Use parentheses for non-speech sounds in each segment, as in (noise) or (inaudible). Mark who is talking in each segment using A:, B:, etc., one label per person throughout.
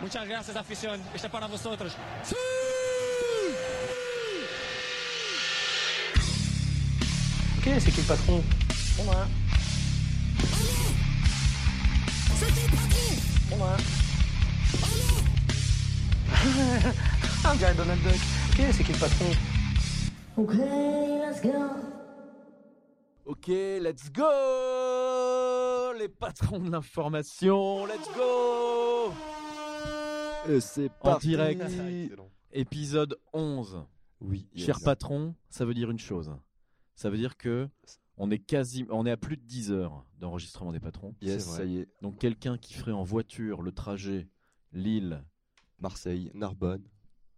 A: Muchas gracias, afición. Esta es para vosotros.
B: Ok, c'est qui le patron
C: C'est moi. C'est moi.
B: Ah, on dirait Donald Duck. Ok, c'est qui le patron
C: Okay, let's go.
D: Ok, let's go Les patrons de l'information, let's go
E: Et c'est
D: En
E: parti.
D: direct, épisode 11.
E: Oui, yes.
D: Cher patron, ça veut dire une chose. Ça veut dire que on est quasi, on est à plus de 10 heures d'enregistrement des patrons.
E: Yes,
D: C'est vrai.
E: ça y est.
D: Donc quelqu'un qui ferait en voiture le trajet Lille,
E: Marseille, Narbonne.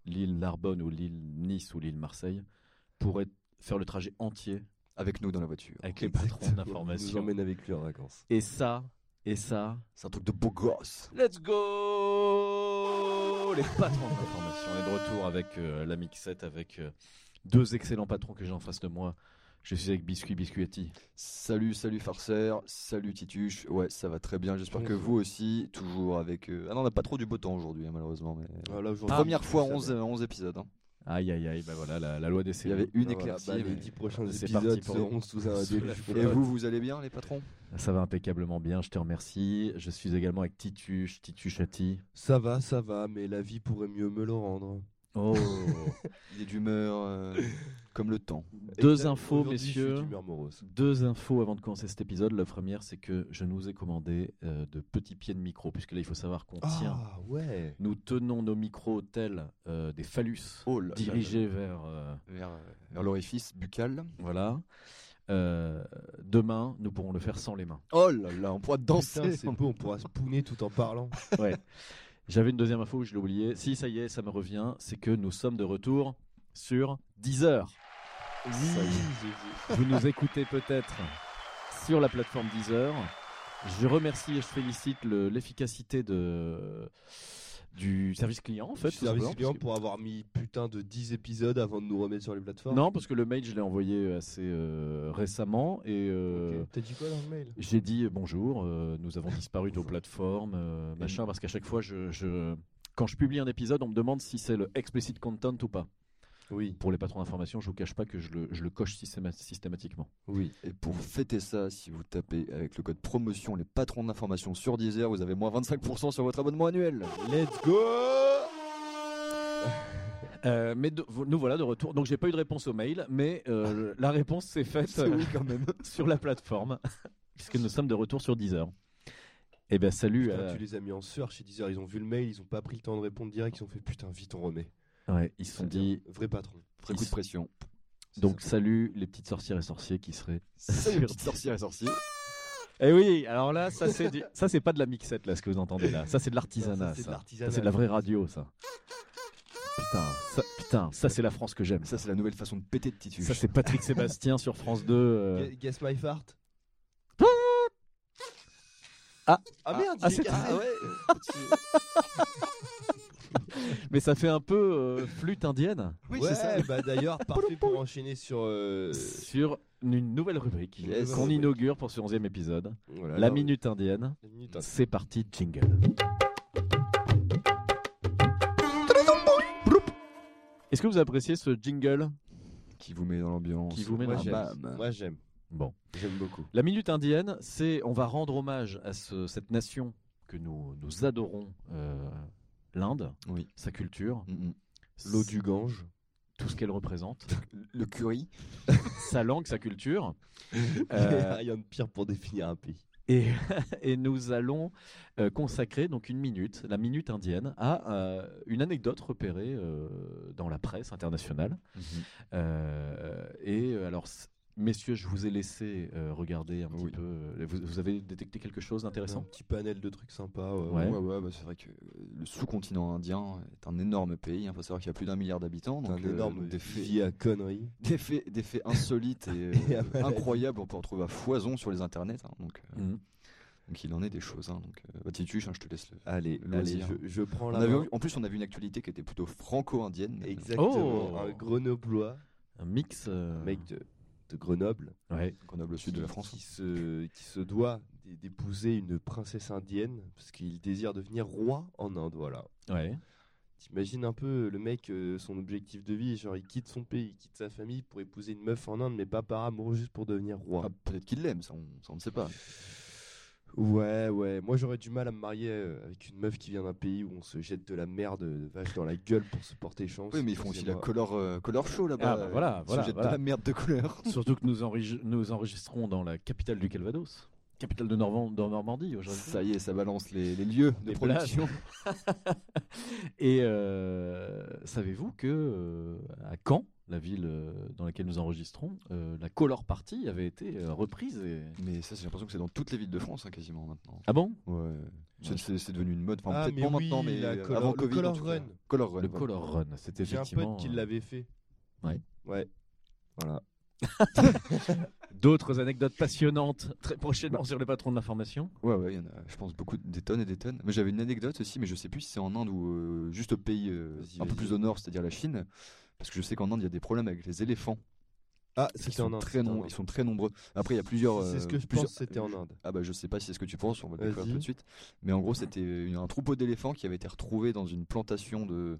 D: Lille Narbonne ou Lille Nice ou Lille Marseille pourrait faire le trajet entier
E: Avec nous dans la voiture.
D: Avec les patrons
E: Exactement.
D: d'information.
E: Il nous emmène avec lui en vacances.
D: et ça et ça
E: C'est un truc de beau gosse.
D: Let's go Oh, Les patrons de l'information. On est de retour avec euh, la mixette avec euh, deux excellents patrons que j'ai en face de moi. Je suis avec Biscuit Biscuitetti.
E: Salut, salut farceur. Salut Tituche. Ouais, ça va très bien. J'espère que vous aussi. Toujours avec. euh, Ah non, on n'a pas trop du beau temps aujourd'hui, hein, malheureusement. Mais... Première fois, 11, euh, 11 épisodes. hein.
D: Aïe aïe aïe, bah voilà la, la loi des
E: Il y avait une
F: Ah, voilà,
E: éclaircie.
F: bah, les
E: mais-
F: 10 prochains
D: C'est parti
F: épisodes
D: pour-
F: seront sous
D: (laughs)
F: un
D: sous la
F: déluge.
D: flotte.
E: Et vous, vous allez bien, les patrons
D: Ça va impeccablement bien, je te remercie. Je suis également avec Tituche, Tituchati.
F: Ça va, ça va, mais la vie pourrait mieux me le rendre. (laughs)
D: Oh
E: Il est d'humeur (laughs) euh, comme le temps.
D: Deux
F: Exact-
D: infos,
F: aujourd'hui, Je
D: messieurs.
F: suis d'humeur morose.
D: Deux infos avant de commencer cet épisode. La première, c'est que je nous ai commandé euh, de petits pieds de micro, puisque là, il faut savoir qu'on tient.
F: Ah ouais.
D: Nous tenons nos micros tels euh, des phallus
E: Oh là là
D: dirigés vers. euh,
E: Vers, euh, vers l'orifice buccal.
D: voilà. Euh, demain, nous pourrons le faire sans les mains.
E: Oh là là, on pourra danser.
F: Putain, c'est beau, on pourra se pouner tout en parlant.
D: Ouais. J'avais une deuxième info, je l'ai oubliée. Si, ça y est, ça me revient. C'est que nous sommes de retour sur 10 heures. Ça y est. Vous nous écoutez peut-être sur la plateforme Deezer. Je remercie et je félicite le- l'efficacité de du service client en fait.
F: Le
D: tout
F: service
D: simplement,
F: client
D: parce que-
F: pour avoir mis putain de 10 épisodes avant de nous remettre sur les plateformes.
D: Non, parce que le mail je l'ai envoyé assez euh, récemment et euh,
F: Ok. T'as dit quoi dans le mail
D: j'ai dit euh, bonjour. euh, nous avons disparu de vos plateformes, euh, machin, parce qu'à chaque fois je, je- quand je publie un épisode, on me demande si c'est le explicit content ou pas.
F: Oui.
D: Pour les patrons d'information, je vous cache pas que je le, je le coche systéma- systématiquement.
F: Oui.
E: Et pour fêter ça, si vous tapez avec le code promotion les patrons d'information sur Deezer, vous avez moins 25% sur votre abonnement annuel.
F: Let's go
D: Euh, mais de- vo- nous voilà de retour. Donc j'ai pas eu de réponse au mail, mais euh, la réponse s'est faite euh,
E: (laughs) quand même.
D: (laughs) sur la plateforme, puisque nous sommes de retour sur Deezer. Eh ben salut.
F: Putain,
D: euh,
F: Tu les as mis en sueur chez Deezer, ils ont vu le mail, ils ont pas pris le temps de répondre direct, ils ont fait putain, vite on remet.
D: euh, ouais, ils se sont dit.
F: Vrai patron.
E: Très coup de pression.
F: C'est
D: Donc salut les petites sorcières et sorciers qui seraient. (laughs)
E: Salut petites sorcières et sorciers.
D: Eh oui, alors là ça c'est du- (laughs) ça c'est pas de la mixette là ce que vous entendez là. Ça c'est de l'artisanat
F: Non, ça, c'est de
D: ça.
F: l'artisanat.
D: Ça c'est de la vraie radio ça. Putain, ça, putain, ça c'est la France que j'aime.
E: Ça, c'est la nouvelle façon de péter de Titus.
D: Ça c'est Patrick Sébastien sur France 2. euh,
F: Gu- Guess my fart
D: Ah.
F: Ah merde,
D: Ah,
F: il est
D: c'est
F: carré.
E: ouais.
D: Mais ça fait un peu euh, flûte indienne.
E: Oui,
F: ouais,
E: c'est ça.
F: bah d'ailleurs, parfait pour enchaîner sur. euh,
D: sur une nouvelle rubrique
E: Yes.
D: qu'on inaugure pour ce 11e épisode,
F: voilà,
D: la
F: non,
D: minute indienne.
F: oh la minute. hein.
D: C'est parti, jingle. Est-ce que vous appréciez ce jingle
E: Qui vous met dans l'ambiance.
D: Qui vous met dans
E: Ah,
D: l'ambiance.
E: bam.
F: Moi j'aime,
D: Bon,
F: j'aime beaucoup.
D: la minute indienne, c'est on va rendre hommage à ce- cette nation que nous nous adorons, euh, l'Inde,
E: Oui.
D: sa culture,
E: Mm, mm.
F: L'eau du Gange.
D: tout ce qu'elle représente, (laughs)
E: Le curry.
D: sa langue, sa culture.
F: (laughs) Il n'y
D: Euh,
F: a rien de pire pour définir un pays.
D: Et, (laughs) et nous allons euh, consacrer donc une minute, la minute indienne, à euh, une anecdote repérée euh, dans la presse internationale. Euh, et euh, alors, c- messieurs, je vous ai laissé euh, regarder un petit
E: Oui.
D: peu. euh, Vous, vous avez détecté quelque chose
F: Un
D: d'intéressant
F: petit panel de trucs sympas. ouais.
D: Ouais.
E: Ouais, ouais, bah, c'est vrai que euh, le sous-continent indien est un énorme pays. Il faut savoir qu'il y a plus d'un milliard d'habitants.
F: C'est
E: donc,
F: un
E: euh,
F: énorme
E: des faits-
F: défi à conneries.
E: des faits, des faits insolites et, euh,
F: Et à maladie.
E: incroyables, on peut en trouver à foison sur les internets. hein, donc, euh,
D: Mhm.
E: donc il en est des choses. hein, donc, euh, bah, Titus, hein, je te laisse le.
F: Allez, allez
E: Loisir.
F: je, je prends
E: On
F: la
E: avait
F: main.
E: vu- en plus, on a vu une actualité qui était plutôt franco-indienne. euh, mais-
F: Exactement,
D: Oh.
F: un grenoblois,
D: Un mix. euh,
F: un mec de de Grenoble
D: Ouais.
E: Grenoble au sud de la France. hein.
F: qui se, qui se doit d'é- d'épouser une princesse indienne parce qu'il désire devenir roi en Inde. Voilà.
D: Ouais.
F: T'imagines un peu le mec, euh, son objectif de vie, genre il quitte son pays, il quitte sa famille pour épouser une meuf en Inde, mais pas par amour, juste pour devenir roi.
E: Ah, peut-être qu'il l'aime, ça on, ça, on ne sait pas.
F: Ouais, ouais. Moi, j'aurais du mal à me marier euh, avec une meuf qui vient d'un pays où on se jette de la merde de vache dans la gueule pour se porter chance.
E: Oui, mais ils font aussi la
F: Excusez-moi.
E: color, euh, color show là-bas.
D: Ah, bah voilà,
E: Ils se
D: voilà,
E: jettent
D: voilà.
E: de la merde de
F: (laughs)
E: couleur.
D: Surtout que nous, enrige- nous enregistrons dans la capitale du Calvados. Capitale de Norvan- de Normandie aujourd'hui.
E: Ça y est, ça balance les, les lieux
D: Des
E: de production.
D: Et euh, savez-vous que euh, à Caen, la ville euh, dans laquelle nous enregistrons, euh, la color party avait été euh, reprise. et-
E: (laughs) Mais ça, j'ai l'impression que c'est dans toutes les villes de France hein, quasiment maintenant.
D: Ah bon
E: Ouais.
D: Ouais.
E: C'est, c'est- c'est devenu une mode. Enfin,
F: Ah,
E: peut-être
F: mais
E: pas
F: oui,
E: maintenant, mais
F: la
E: euh,
F: color-
E: avant
F: le
E: Covid.
F: color
E: en tout cas.
F: run.
E: Color run.
D: Le
E: voilà.
D: color run, c'était
F: J'ai un
D: effectivement.
F: pote qui
D: euh,
F: l'avait fait.
D: Ouais.
F: Ouais. Voilà.
D: D'autres anecdotes passionnantes très prochainement sur le patron de l'information.
E: Ouais, ouais, il y en a, je pense, beaucoup, des tonnes et des tonnes. Moi, j'avais une anecdote aussi, mais je sais plus si c'est en Inde ou euh, juste au pays euh,
F: Vas-y,
E: un peu
F: vas-y.
E: plus au nord, c'est-à-dire la Chine. Parce que je sais qu'en Inde, il y a des problèmes avec les éléphants.
F: Ah,
E: Ils
F: c'était en
E: sont,
F: Inde.
E: très
F: c'était en
E: nom-
F: Inde.
E: ils sont très nombreux. Après, il y a plusieurs.
F: C'est ce
E: euh,
F: que je
E: plusieurs-
F: pense, c'était en Inde.
E: Ah bah je sais pas si c'est ce que tu penses, on va le découvrir
F: Vas-y.
E: tout de suite. Mais en gros, c'était une- un troupeau d'éléphants qui avait été retrouvé dans une plantation de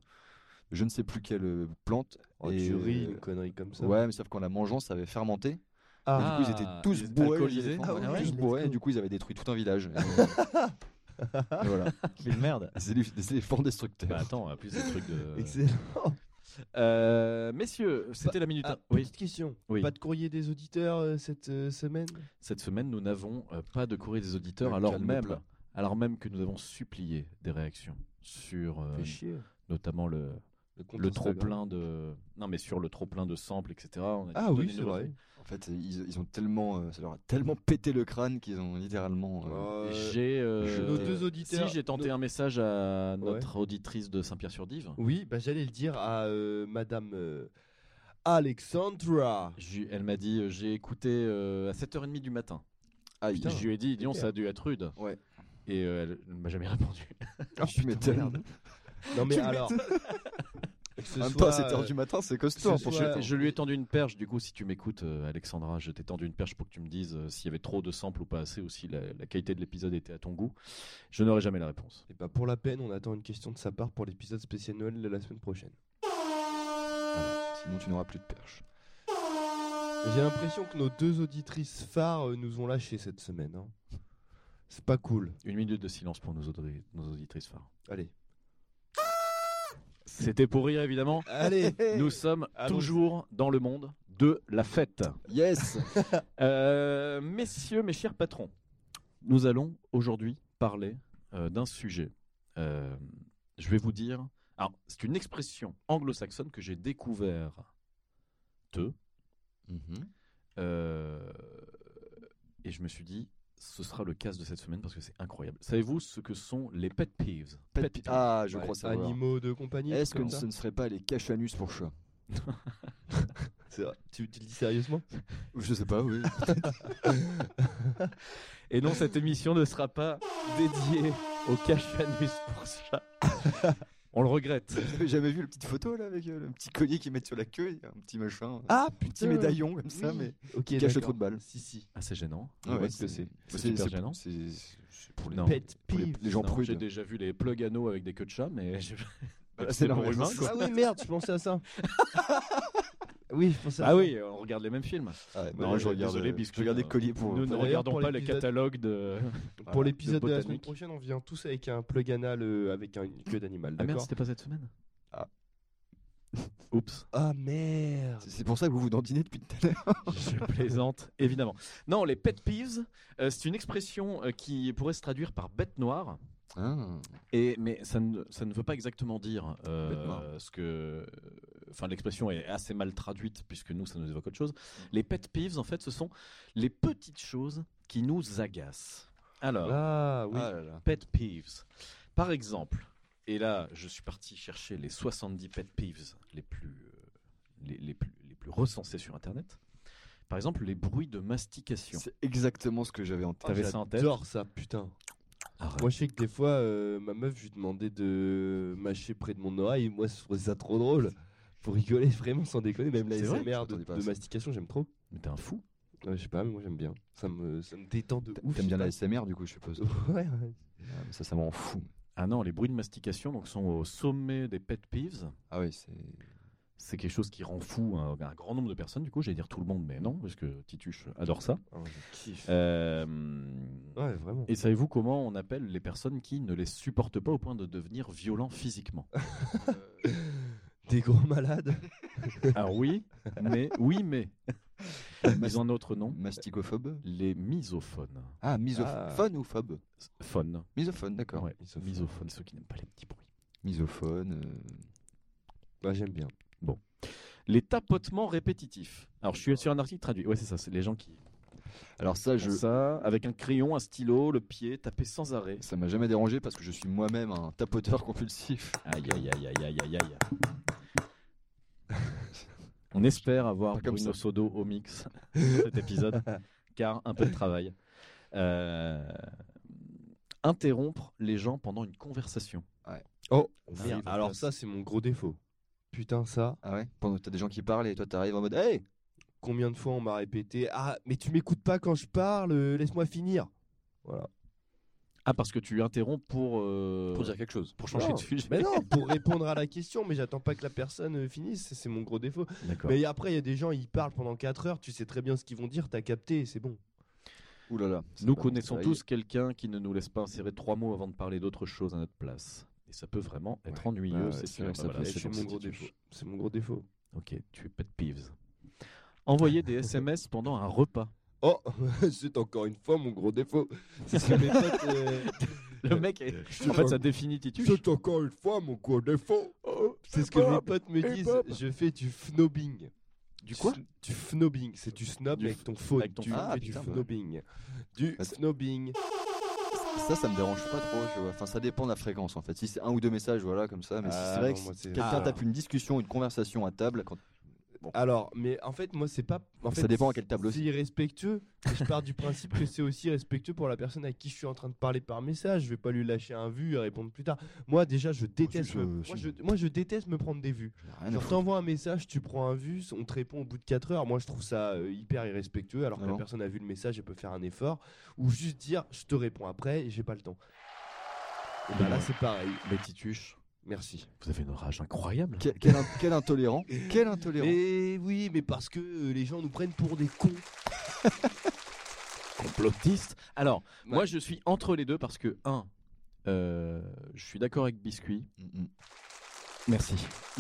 E: je ne sais plus quelle euh, plante.
F: Oh,
E: et-
F: tu ris, une connerie comme ça.
E: euh, Ouais, mais sauf qu'en la mangeant, ça avait fermenté.
F: Ah,
E: du coup, ils étaient tous
D: étaient
E: bourrés. les
D: alcoolisés.
E: éléphants,
D: Ah
E: ouais,
D: ouais,
E: tous
D: let's
E: bourrés, et
D: go.
E: du coup, ils avaient détruit tout un village. Et, euh, et voilà,
F: (laughs)
D: Quelle merde.
E: des élé- des éléphants destructeurs.
D: Bah attends, plus des trucs de.
F: excellent.
D: Euh, messieurs, c'était la minute.
F: Ah,
D: un- Oui.
F: Petite question.
D: Oui.
F: Pas de courrier des auditeurs euh, cette euh, semaine
D: Cette semaine, nous n'avons euh, pas de courrier des auditeurs,
E: Le
F: Euh,
D: alors
E: calme
D: même,
E: plat.
D: alors même que nous avons supplié des réactions sur euh,
F: Fais chier.
D: notamment le,
F: compte
D: le trop
F: Instagram.
D: plein de non mais sur le trop plein de samples, etc. On a
F: Ah
D: donné
F: oui,
D: nos
F: c'est vrai.
D: reviews.
E: En fait, ils, ils ont tellement, euh, ça leur a tellement pété le crâne qu'ils ont littéralement. euh,
F: Euh,
D: J'ai euh,
F: Nos deux auditeurs.
D: Si j'ai tenté
F: nos-
D: un message à
F: Ouais.
D: notre auditrice de Saint-Pierre-sur-Dive,
F: Oui, bah, j'allais le dire à euh, Madame euh, Alexandra.
D: je- elle m'a dit euh, j'ai écouté euh, à 7h30 du matin.
F: Ah
E: aïe.
D: je lui ai dit dis donc,
F: super.
D: ça a dû être rude.
E: Ouais.
D: Et euh, elle ne m'a jamais (laughs) répondu.
E: Ah, tu m'étonnes.
F: Non mais
E: Tu
F: alors. que ce
E: Même pas à
F: soit,
E: 7h
F: euh,
E: du matin, c'est costaud. hein,
F: ce
E: pour
F: soit-
E: Cheltenham.
D: Je lui ai tendu une perche, du coup, si tu m'écoutes, euh, Alexandra, je t'ai tendu une perche pour que tu me dises euh, s'il y avait trop de samples ou pas assez, ou si la, la qualité de l'épisode était à ton goût. Je n'aurai jamais la réponse.
F: Eh ben, pour la peine, on attend une question de sa part pour l'épisode spécial Noël de la semaine prochaine.
E: Sinon, tu n'auras plus de perche.
F: J'ai l'impression que nos deux auditrices phares euh, nous ont lâchés cette semaine. hein. C'est pas cool.
D: Une minute de silence pour nos, audri- nos auditrices phares.
F: Allez.
D: C'était pour rire, évidemment.
F: Allez
D: Nous sommes
F: Allons-y.
D: toujours dans le monde de la fête.
E: Yes
D: Euh, messieurs, mes chers patrons, nous allons aujourd'hui parler euh, d'un sujet. Euh, je vais vous dire. Alors, c'est une expression anglo-saxonne que j'ai découvert te,
E: Mhm.
D: euh, et je me suis dit, ce sera le casse de cette semaine parce que c'est incroyable. Savez-vous ce que sont les pet peeves Pet peeves.
E: Ah, je
F: Ouais,
E: crois savoir.
F: Animaux de compagnie
E: Est-ce que
F: comme
E: ce ne serait pas les cachanus pour chat
F: C'est vrai. Tu, tu le dis sérieusement
E: Je sais pas, (laughs) oui.
D: Et non, cette émission ne sera pas dédiée au cachanus pour ça. On le regrette.
E: Vous avez jamais vu la petite photo là avec euh, le petit collier qu'ils mettent sur la queue, il y a un petit machin,
F: Ah
E: un petit médaillon comme ça, mais
F: Ok,
E: qui cache le
F: d'accord.
E: trou de balle.
F: Si, si.
D: Ah, c'est gênant.
E: Ah ouais,
D: ce que c'est. C'est
E: c'est-
D: super
E: c'est-
D: gênant.
E: C'est c'est pour les
D: Non.
F: Pet
E: pour les-
F: peeve.
E: les gens
D: Non, J'ai
E: prudes.
D: déjà vu les plugs anneaux avec des queues de chat, mais (laughs) je-
E: Bah,
D: c'est
E: la
D: pour
E: raison,
D: humain,
E: c'est
D: quoi.
E: ça.
F: Ah oui, merde, je (laughs) pensais à ça. oui, je pensais à
D: Ah
F: ça.
D: oui, on regarde les mêmes films.
E: Ah, ouais,
D: Non,
E: je regarde.
D: désolé,
E: euh,
D: biscuit,
E: je regarde les
D: euh,
E: colliers pour.
D: Nous ne
F: d'ailleurs,
D: regardons
F: pour
D: pas le
F: l'épisode-
D: catalogue de.
F: Pour
D: Voilà,
F: l'épisode de, la semaine
D: botanique.
F: prochaine, on vient tous avec un plug anal euh, avec un- une queue d'animal,
D: Ah merde,
F: d'accord
D: c'était pas cette semaine.
E: Ah.
D: Oups.
F: (laughs) Ah merde
E: C'est c'est pour ça que vous vous dandinez depuis tout à l'heure.
D: Je plaisante, évidemment. Non, les pet peeves, euh, c'est une expression euh, qui pourrait se traduire par bête noire, et, mais ça ne, ça ne veut pas exactement dire euh,
E: Bête noire.
D: ce que. Enfin, l'expression est assez mal traduite, puisque nous, ça nous évoque autre chose. Les pet peeves, en fait, ce sont les petites choses qui nous agacent. Alors,
F: Ah oui.
E: Ah là là.
D: pet peeves. Par exemple, et là, je suis parti chercher les 70 pet peeves les plus, euh, les, les plus, les plus recensés sur Internet. Par exemple, les bruits de mastication.
E: C'est exactement ce que j'avais en tête.
D: T'avais ça en tête
F: Ah,
D: Ah.
F: J'adore ça, putain.
D: Arrête.
F: Moi, je sais que des fois, euh, ma meuf, je lui demandais de mâcher près de mon oreille. Moi, je trouvais ça trop drôle. Pour rigoler, (laughs) vraiment, sans déconner. Même la
E: C'est vrai,
F: SMR de,
E: j'entendais pas
F: de
E: ça.
F: mastication, j'aime trop.
D: Mais t'es un fou.
F: Ouais, je sais pas, mais moi j'aime bien. Ça me, ça me détend de ouf.
E: T'aimes bien
F: je
E: la
F: sais
E: SMR du coup, je suppose.
F: pas. (laughs) Ouais, ouais.
E: Ah, mais ça, ça m'en fout.
D: Ah non, les bruits de mastication donc, sont au sommet des pet peeves.
E: Ah oui, c'est.
D: C'est quelque chose qui rend fou un, un grand nombre de personnes, du coup, j'allais dire tout le monde, mais non, parce que Tituche adore ça.
E: Oh,
F: Ah, je kiffe.
D: Euh,
F: Ouais, vraiment.
D: Et savez-vous comment on appelle les personnes qui ne les supportent pas au point de devenir violents physiquement
F: (laughs) Des gros malades.
D: Alors Ah oui, mais oui, mais ils ont un autre nom,
E: Masticophobe
D: les misophones.
E: Ah, misophone
F: Ah.
E: ou phobe
D: Phones.
E: Misophone, d'accord.
D: Ouais,
F: Misophones.
D: misophones, ceux qui n'aiment pas les petits bruits.
E: Misophone. euh,
F: Bah, j'aime bien.
D: Les tapotements répétitifs. Alors je suis sur un article traduit. Ouais, c'est ça, c'est les gens qui
E: Alors ça,
D: font
E: je.
D: ça avec un crayon, un stylo, le pied, taper sans arrêt.
E: Ça m'a jamais dérangé parce que je suis moi-même un tapoteur compulsif.
D: Aïe aïe aïe aïe aïe aïe aïe. On espère avoir
E: Pas comme
D: Bruno
E: ça.
D: Sodo au mix dans cet épisode, car un peu de travail. Euh, Interrompre les gens pendant une conversation.
F: Oh,
E: merde.
F: Alors, ça, c'est mon gros défaut. Putain, ça.
E: Ah ouais Pendant t'as des gens qui parlent et toi t'arrives en mode Hey
F: Combien de fois on m'a répété Ah, mais tu m'écoutes pas quand je parle, euh, laisse-moi finir.
D: Ah, parce que tu interromps pour, euh,
E: quelque chose.
D: pour changer
F: Non,
D: de sujet.
F: Mais
E: (laughs)
F: non, pour répondre à la question, mais j'attends pas que la personne euh, finisse, c'est- c'est mon gros défaut.
D: (laughs) D'accord.
F: Mais après, il y a des gens, ils parlent pendant 4 heures, tu sais très bien ce qu'ils vont dire, t'as capté, c'est bon.
E: Ouh là là. c'est
D: Nous
E: pas
D: connaissons
E: bon,
D: tous quelqu'un qui ne nous laisse pas insérer trois mots avant de parler d'autre chose à notre place. Et ça peut vraiment être ennuyeux,
F: Ouais,
D: c'est
F: ouais,
D: sûr.
E: vrai que
D: Bah
E: ça
D: voilà,
E: peut
F: Et
E: être
D: c'est
F: c'est
E: bon,
D: dans
F: mon
E: c'est
D: cette
F: gros
E: touche.
F: défaut. C'est mon gros défaut.
D: Ok, tu es pas de peeves. Envoyer des SMS pendant un repas.
F: Oh, (laughs) c'est encore une fois mon gros défaut. C'est ce que mes potes, euh,
D: Le mec, est... en fait, ça définit Titus.
F: C'est encore une fois mon gros défaut. c'est ce que mes potes me disent. Je fais du fnobbing.
D: Du quoi
F: sn- Du fnobbing. C'est du snob
D: Du
F: avec ton phone.
D: avec ton
F: tu
D: phone.
E: Ah,
F: fais du
E: putain, bah.
F: fnobbing. Du
E: Attends.
F: snobbing.
E: Ça, ça me dérange pas trop. tu vois. Enfin, ça dépend de la fréquence en fait. Si c'est un ou deux messages, voilà, comme ça. Mais si
F: Ah,
E: c'est vrai
F: non,
E: que
F: moi,
E: si
F: c'est-
E: quelqu'un
F: Ah.
E: tape une discussion, une conversation à table, quand...
F: Alors, mais en fait, moi, c'est pas. En fait,
E: ça dépend à quelle table
F: C'est
E: aussi.
F: irrespectueux. mais je pars du principe que c'est aussi respectueux pour la personne à qui je suis en train de parler par message. Je vais pas lui lâcher un vu et répondre plus tard. Moi, déjà, je déteste.
E: je-
F: me-
E: je-
F: moi, je, moi, je déteste me prendre des vues.
E: Rien à
F: Genre
E: foutre.
F: t'envoies un message, tu prends un vu, on te répond au bout de 4 heures. Moi je trouve ça euh, hyper irrespectueux alors que
E: Ah
F: la
E: bon
F: personne a vu le message et peut faire un effort. Ou juste dire je te réponds après et j'ai pas le temps. Et bah là c'est pareil.
D: Mais Tituche,
F: Merci.
D: vous avez une rage incroyable.
E: Quel, quel in- quel
F: (laughs)
E: intolérant. Quel intolérant.
F: Mais oui, mais parce que euh, les gens nous prennent pour des
D: (laughs)
F: cons.
D: Complotiste. Alors,
F: Ouais.
D: moi, je suis entre les deux parce que, un, euh, je suis d'accord avec Biscuit.
E: Mm, mm.
D: Merci.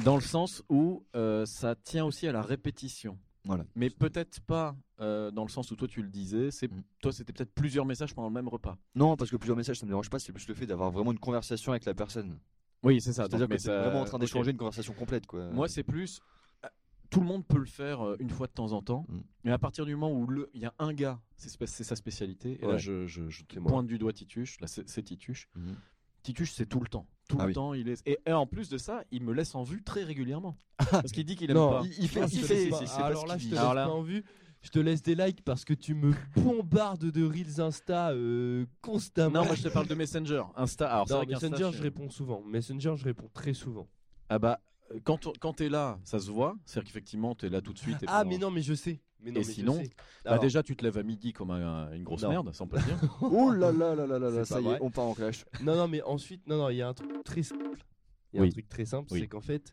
D: Dans le sens où euh, ça tient aussi à la répétition.
E: Voilà.
D: Mais peut-être pas euh, dans le sens où toi tu le disais. C'est
E: Mm.
D: toi c'était peut-être plusieurs messages pendant le même repas.
E: Non, parce que plusieurs messages, ça me dérange pas. C'est plus le fait d'avoir vraiment une conversation avec la personne.
D: Oui, c'est ça.
E: C'est-à-dire
D: Donc,
E: que
D: mais
E: t'es
D: ça-
E: vraiment en train
D: ok.
E: d'échanger une conversation complète, quoi.
D: Moi, c'est plus. euh, Tout le monde peut le faire euh, une fois de temps en temps,
E: Mm.
D: mais à partir du moment où le- il y a un gars, c'est spé- c'est sa spécialité, et là
F: Ouais. Mm.
D: je, je- je te
F: C'est moi.
D: pointe du doigt Tituche, là c'est c'est Tituche.
E: Mhm.
D: Tituche, c'est tout le temps. Tout
E: Ah
D: le
E: oui.
D: temps, il est. Et, et en plus de ça, il me laisse en vue très régulièrement.
F: (laughs)
D: parce qu'il dit qu'il aime
F: Ah, Non,
D: pas.
E: Il, il fait,
F: Ah,
E: il
F: je te
E: fait-
F: laisse
E: c'est-
F: pas-
E: c'est- c'est pas
F: alors
E: ce
F: là
E: qu'il
F: je te
E: dit.
F: laisse
D: Alors là-
F: pas en vue. Je te laisse des likes parce que tu me bombardes de reels Insta euh, constamment.
D: Non, moi je te parle de Messenger, Insta. Alors, c'est
F: Non,
D: vrai qu'Insta,
F: Messenger,
D: je-
F: je réponds souvent. Messenger, je réponds très souvent.
D: Ah bah, euh, quand, on- quand t'es là, ça se voit. C'est-à-dire qu'effectivement, t'es là tout de suite. et
F: Ah,
D: pendant-
F: mais non, mais je sais. Mais non,
D: Et
F: mais je
D: sinon,
F: sais.
D: Bah,
F: Alors,
D: déjà, tu te lèves à midi comme un- une grosse
F: Non.
D: merde, ça on peut le dire.
E: (laughs)
F: (laughs)
E: Ouh là là là là là là, ça
F: C'est pas
E: y
F: vrai.
E: est, on part en clash.
F: Non, non, mais ensuite, non, non, il y a un truc très simple. Il y a
D: Oui.
F: un truc très simple,
D: Oui.
F: c'est qu'en fait,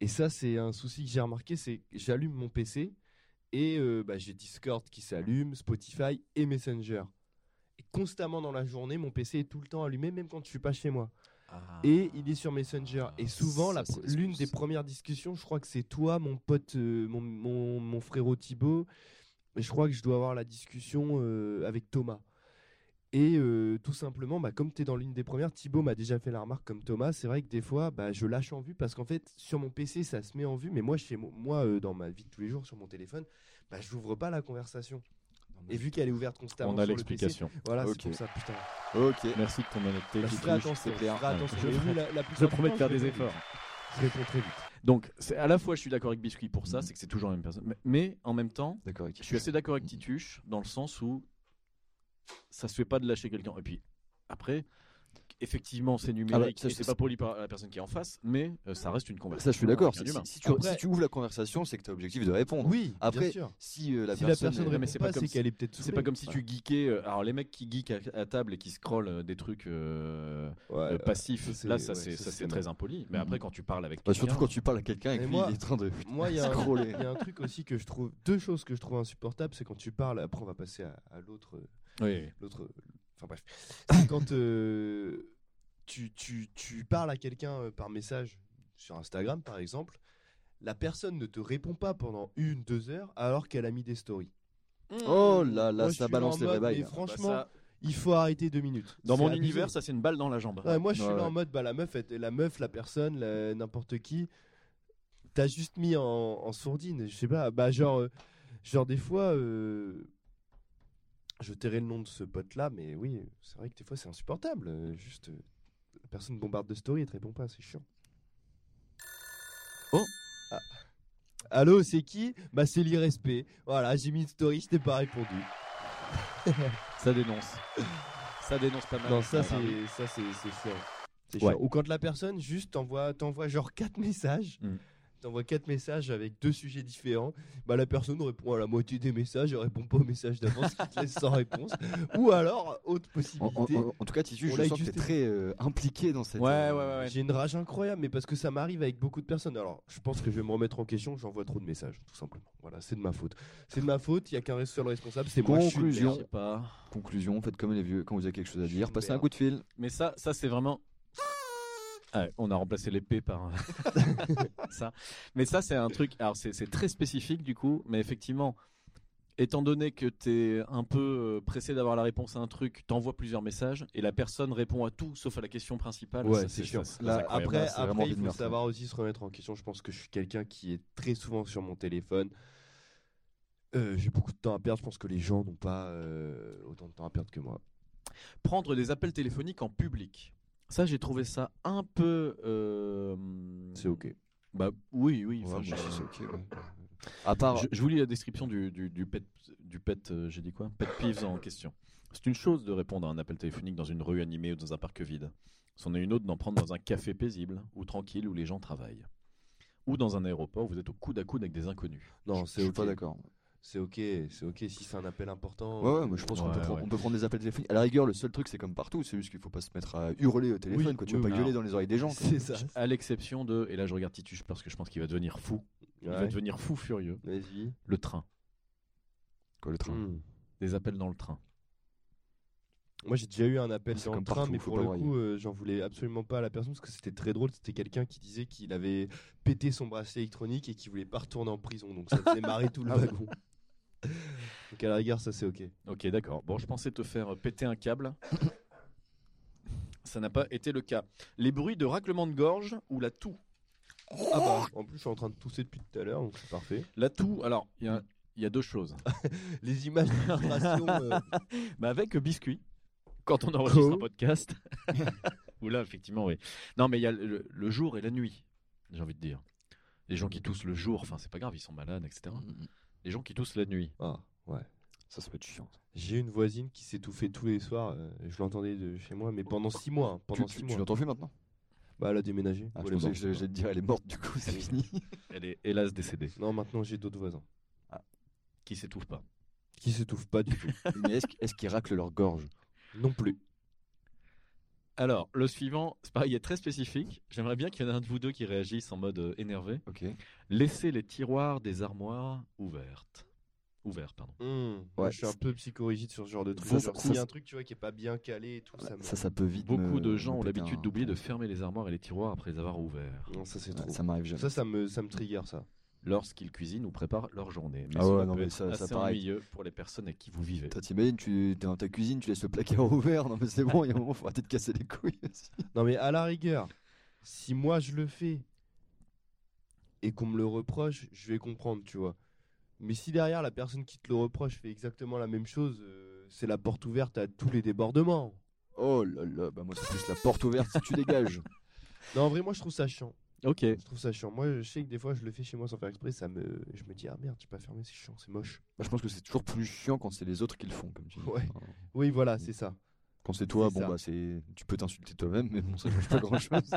F: et ça, c'est un souci que j'ai remarqué, c'est que j'allume mon PC et euh, bah, j'ai Discord qui s'allume, Spotify et Messenger. Et constamment dans la journée, mon PC est tout le temps allumé, même quand je suis pas chez moi. Et il est sur Messenger. Et souvent,
E: Ah, Ça,
F: la pr-
E: c'est-
F: l'une
E: c'est-
F: des premières discussions, je crois que c'est toi, mon pote, euh, mon, mon, mon frérot Thibaut. Et je crois que je dois avoir la discussion euh, avec Thomas. Et euh, tout simplement, bah, comme tu es dans l'une des premières, Thibaut m'a déjà fait la remarque comme Thomas. C'est vrai que des fois, bah, je lâche en vue parce qu'en fait, sur mon PC, ça se met en vue. Mais moi, chez mo- moi euh, dans ma vie de tous les jours, sur mon téléphone, bah, je n'ouvre pas la conversation. Et vu qu'elle est ouverte constamment,
D: On a
F: sur le PC,
D: l'explication.
F: Voilà,
E: Ok.
F: c'est pour ça, putain.
E: Ok.
D: Merci de ton honnêteté.
F: Bah, je
D: Tituche.
F: ferai attention,
E: c'est clair.
F: je ferai
D: Ouais.
F: attention.
D: hein. Je
F: Mais oui,
D: prends-
F: la- la
D: Je
F: plupart du
D: promets de
F: temps,
D: faire des
F: réponds vite.
D: efforts.
F: Je réponds très vite.
D: Donc, c'est à la fois, je suis d'accord avec Biscuit pour ça, c'est que c'est toujours la même personne. Mais, mais en même temps,
E: D'accord, ok.
D: je suis assez d'accord avec Tituche dans le sens où ça se fait pas de lâcher quelqu'un. Et puis après, effectivement, c'est
E: Ah bah,
D: numérique
E: ça,
D: et
E: je-
D: c'est pas poli par la personne qui est en face, mais euh, ça reste une conversation.
E: Ça, je suis d'accord. Si,
D: avec un humain.
E: si- si tu,
F: Après-
E: si tu ouvres la conversation, c'est que tu as objectif de répondre.
F: Oui,
E: Après,
F: bien sûr.
E: Si, euh, la,
F: si
E: personne,
F: la personne
E: euh,
D: mais
F: répond
D: c'est
F: pas,
D: pas comme
F: c'est
D: si-
F: qu'elle est peut-être
D: C'est pas
F: saoulée.
D: comme si tu geekais. euh, alors, les mecs qui geekent à, à table et qui scrollent euh, des trucs euh, euh,
E: ouais,
D: passifs,
F: ça, c'est-
D: là, ça,
F: ouais,
D: c'est,
F: ça,
D: ça,
F: c'est
D: c'est très impoli. Mais après, quand tu parles avec
E: Mhm. bah,
D: quelqu'un,
E: surtout quand tu parles à quelqu'un et
F: Mais
E: que lui,
F: moi-
E: il est en train de
F: Moi, il y, a un-
E: scroller.
F: il y a un truc aussi que je trouve. Deux choses que je trouve insupportables, c'est quand tu parles. Après, on va passer à, à l'autre. euh,
D: Oui, oui.
F: l'autre. Enfin bref. C'est (coughs) quand euh, tu, tu, tu parles à quelqu'un euh, par message sur Instagram, par exemple. La personne ne te répond pas pendant une, deux heures alors qu'elle a mis des stories.
E: Oh là là,
F: Moi, je
E: ça
F: suis
E: balance
F: en
E: les hein. vrais
F: mode,
E: bails.
F: mais
E: là.
F: franchement,
D: Bah, ça,
F: il faut arrêter deux minutes.
D: dans
F: C'est
D: mon
F: abusé.
D: univers, ça, c'est une balle dans la jambe.
F: Ouais, moi, je suis
E: Ouais,
F: là
E: ouais.
F: en mode, bah, la meuf, elle- la meuf, la personne, la- n'importe qui, t'as juste mis en, en sourdine. Je sais pas, bah, genre, euh, genre des fois, euh, je tairai le nom de ce pote-là, mais oui, c'est vrai que des fois, c'est insupportable. euh, Juste, euh, la personne bombarde de story et te répond pas, c'est chiant.
D: Oh.
F: Ah. Allô, c'est qui Bah, c'est l'irrespect. Voilà, j'ai mis une story, je t'ai pas répondu.
D: Ça dénonce. (laughs) ça dénonce pas mal.
F: Non, ça
D: Ah, oui.
F: c'est ça c'est c'est chiant. C'est
D: Ouais.
F: chiant. Ou quand la personne juste t'envoie t'envoie genre quatre messages.
D: Mm.
F: T'envoies quatre messages avec deux sujets différents. Bah la personne répond à la moitié des messages, elle répond pas au message d'avance, qui te laisse sans réponse. Ou alors autre
E: En, en-
F: possibilité.
E: en- en tout cas, Titus,
F: On
E: je
F: l'a
E: sens que t'es
F: ajusté.
E: très euh, impliqué dans cette.
D: Ouais, ouais,
E: euh,
D: ouais. ouais.
F: J'ai une rage incroyable, mais parce que ça m'arrive avec beaucoup de personnes. Alors, je pense que je vais me remettre en question, j'envoie trop de messages, tout simplement. Voilà, c'est de ma faute. C'est de ma faute, il y a qu'un seul responsable, c'est moi. je suis une
E: Conclusion.
D: Je sais pas.
E: Conclusion, faites comme les vieux quand vous avez quelque chose à
F: Je
E: dire.
F: suis
E: Passez
F: une
E: un coup de fil.
D: Mais ça, ça c'est vraiment. Ah ouais, on a remplacé l'épée par un- (laughs) ça. Mais ça, c'est un truc. Alors, c'est c'est très spécifique du coup, mais effectivement, étant donné que t'es un peu euh, pressé d'avoir la réponse à un truc, t'envoies plusieurs messages et la personne répond à tout sauf à la question principale.
F: Ouais,
D: Ça,
F: c'est chiant.
D: ça, c'est
F: Là,
D: incroyable.
F: après,
E: c'est vraiment
F: après
E: envie
F: il
E: de
F: faut
E: meurtre.
F: savoir aussi se remettre en question. Je pense que je suis quelqu'un qui est très souvent sur mon téléphone. Euh, J'ai beaucoup de temps à perdre. Je pense que les gens n'ont pas euh, autant de temps à perdre que moi.
D: prendre des appels téléphoniques en public. Ça, j'ai trouvé ça un peu. euh,
F: C'est ok.
D: Bah oui, oui.
E: Ouais,
D: enfin,
E: moi,
D: je-
E: c'est ok, ouais. À part.
D: Je, je vous lis la description du, du, du pet, du pet euh, j'ai dit quoi Pet peeves en question. C'est une chose de répondre à un appel téléphonique dans une rue animée ou dans un parc vide. C'en est une autre d'en prendre dans un café paisible ou tranquille où les gens travaillent. Ou dans un aéroport où vous êtes au coude à coude avec des inconnus.
E: Je
F: Non, c'est
E: suis pas
F: ok.
E: d'accord.
F: C'est ok. C'est ok si c'est un appel important. (laughs)
E: Ouais, ouais, moi je pense qu'on
D: Ouais,
E: peut, prendre-
D: ouais.
E: on peut prendre des appels téléphoniques. À la rigueur, le seul truc, c'est comme partout, c'est juste qu'il faut pas se mettre à hurler au téléphone,
F: Oui,
E: quoi. Tu
F: oui,
E: vas pas
D: oui.
E: gueuler
D: Alors,
E: dans les oreilles des gens. quoi. (laughs)
F: C'est ça.
D: À l'exception de, et là je regarde Titus parce que je pense qu'il va devenir fou. Il va
F: Ouais.
D: devenir fou furieux.
F: Vas-y.
D: Le train.
E: Quoi, le train.
F: Hmm.
D: Des appels dans le train.
F: Moi, j'ai déjà eu un appel
E: C'est
F: dans
E: comme
F: le train,
E: partout,
F: mais
E: faut
F: pour
E: pas
F: le
E: brailler.
F: coup, euh, j'en voulais absolument pas à la personne parce que c'était très drôle. C'était quelqu'un qui disait qu'il avait pété son bracelet électronique et qu'il voulait pas retourner en prison, donc ça faisait marrer tout le
E: Ah
F: wagon. (laughs) Donc à la rigueur, ça c'est ok.
D: Ok, d'accord. Bon, je pensais te faire euh, péter un câble. Ça n'a pas été le cas. Les bruits de raclement de gorge ou la toux
F: Ah bah, en plus, je suis en train de tousser depuis tout à l'heure, donc c'est parfait.
D: La toux, alors, il y a, il y a deux choses.
F: Les images d'illustration. euh,
D: Bah, avec biscuit, Oh. quand on enregistre
F: Oh.
D: un podcast. (laughs) Ou là, effectivement, oui. Non, mais il y a le, le jour et la nuit, j'ai envie de dire. Les gens qui toussent le jour, enfin, c'est pas grave, ils sont malades, etc.
E: Mm.
D: Les gens qui toussent la nuit.
F: ah, ouais.
E: Ça, ça peut être chiant. ça.
F: (laughs) J'ai une voisine qui s'étouffait tous les soirs. euh, je l'entendais de chez moi, mais pendant six mois. hein,
E: Tu,
F: pendant
E: tu-
F: six
E: tu
F: mois.
E: l'entends plus maintenant
F: Bah, elle a déménagé.
E: ah,
F: Ou
E: Je
F: elle est
E: pensais que
F: morte.
E: j'allais te dire, elle est morte, du coup, c'est
D: Elle est-
E: fini.
D: Elle est hélas décédée.
F: Non, maintenant j'ai d'autres voisins
D: Qui s'étouffe pas.
F: qui s'étouffent pas du tout.
E: (laughs) Mais est-ce est-ce qu'ils raclent leur gorge
F: non plus.
D: Alors, le suivant, c'est pareil, il est très spécifique. J'aimerais bien qu'il y en ait un de vous deux qui réagisse en mode euh, énervé.
E: Ok.
D: Laissez les tiroirs des armoires ouvertes. Ouverts, pardon.
F: Hmm, moi,
E: Ouais,
F: je suis un
E: c'est-
F: peu psychorigide sur ce genre de truc.
E: Faut-
F: Genre,
E: faut-
F: S'il y a un truc tu vois, qui est pas bien calé et tout, ça me-
E: Ça, ça peut vite.
D: Beaucoup
E: me-
D: de
E: me
D: gens ont
E: péter
D: l'habitude
E: un
D: d'oublier de
E: plomb.
D: fermer les armoires et les tiroirs après les avoir ouverts
F: Non, ça c'est
E: Ouais,
F: trop.
E: Ça m'arrive jamais.
F: Ça, ça me, ça me trigger ça.
D: lorsqu'ils cuisinent ou préparent leur journée. Mais
E: Ah
D: cela
E: ouais, non,
D: peut
E: mais
D: être
E: ça- ça
D: assez
E: pareil.
D: ennuyeux pour les personnes avec qui vous vivez.
E: Toi, T'imagines, tu es dans ta cuisine, tu laisses le placard (laughs) ouvert. Non, mais c'est bon, il y a un moment, faut arrêter de casser les couilles aussi.
F: Non, mais à la rigueur, si moi je le fais et qu'on me le reproche, je vais comprendre, tu vois. Mais si derrière la personne qui te le reproche fait exactement la même chose, euh, c'est la porte ouverte à tous les débordements.
E: Oh là là, bah moi, c'est plus la porte ouverte si tu dégages. (laughs)
F: Non, en vrai, moi je trouve ça chiant.
D: Ok.
F: Je trouve ça chiant. Moi, je sais que des fois je le fais chez moi sans faire exprès, ça me, je me dis ah merde, j'ai pas fermé, c'est chiant, c'est moche.
E: Bah, je pense que c'est toujours plus chiant quand c'est les autres qui le font, comme tu dis.
F: Ouais.
E: Enfin,
F: Oui, voilà, c'est ça.
E: Quand c'est toi,
D: C'est
E: bon
D: ça.
E: bah c'est, tu peux t'insulter toi-même, mais bon ça change pas (laughs) grand-chose.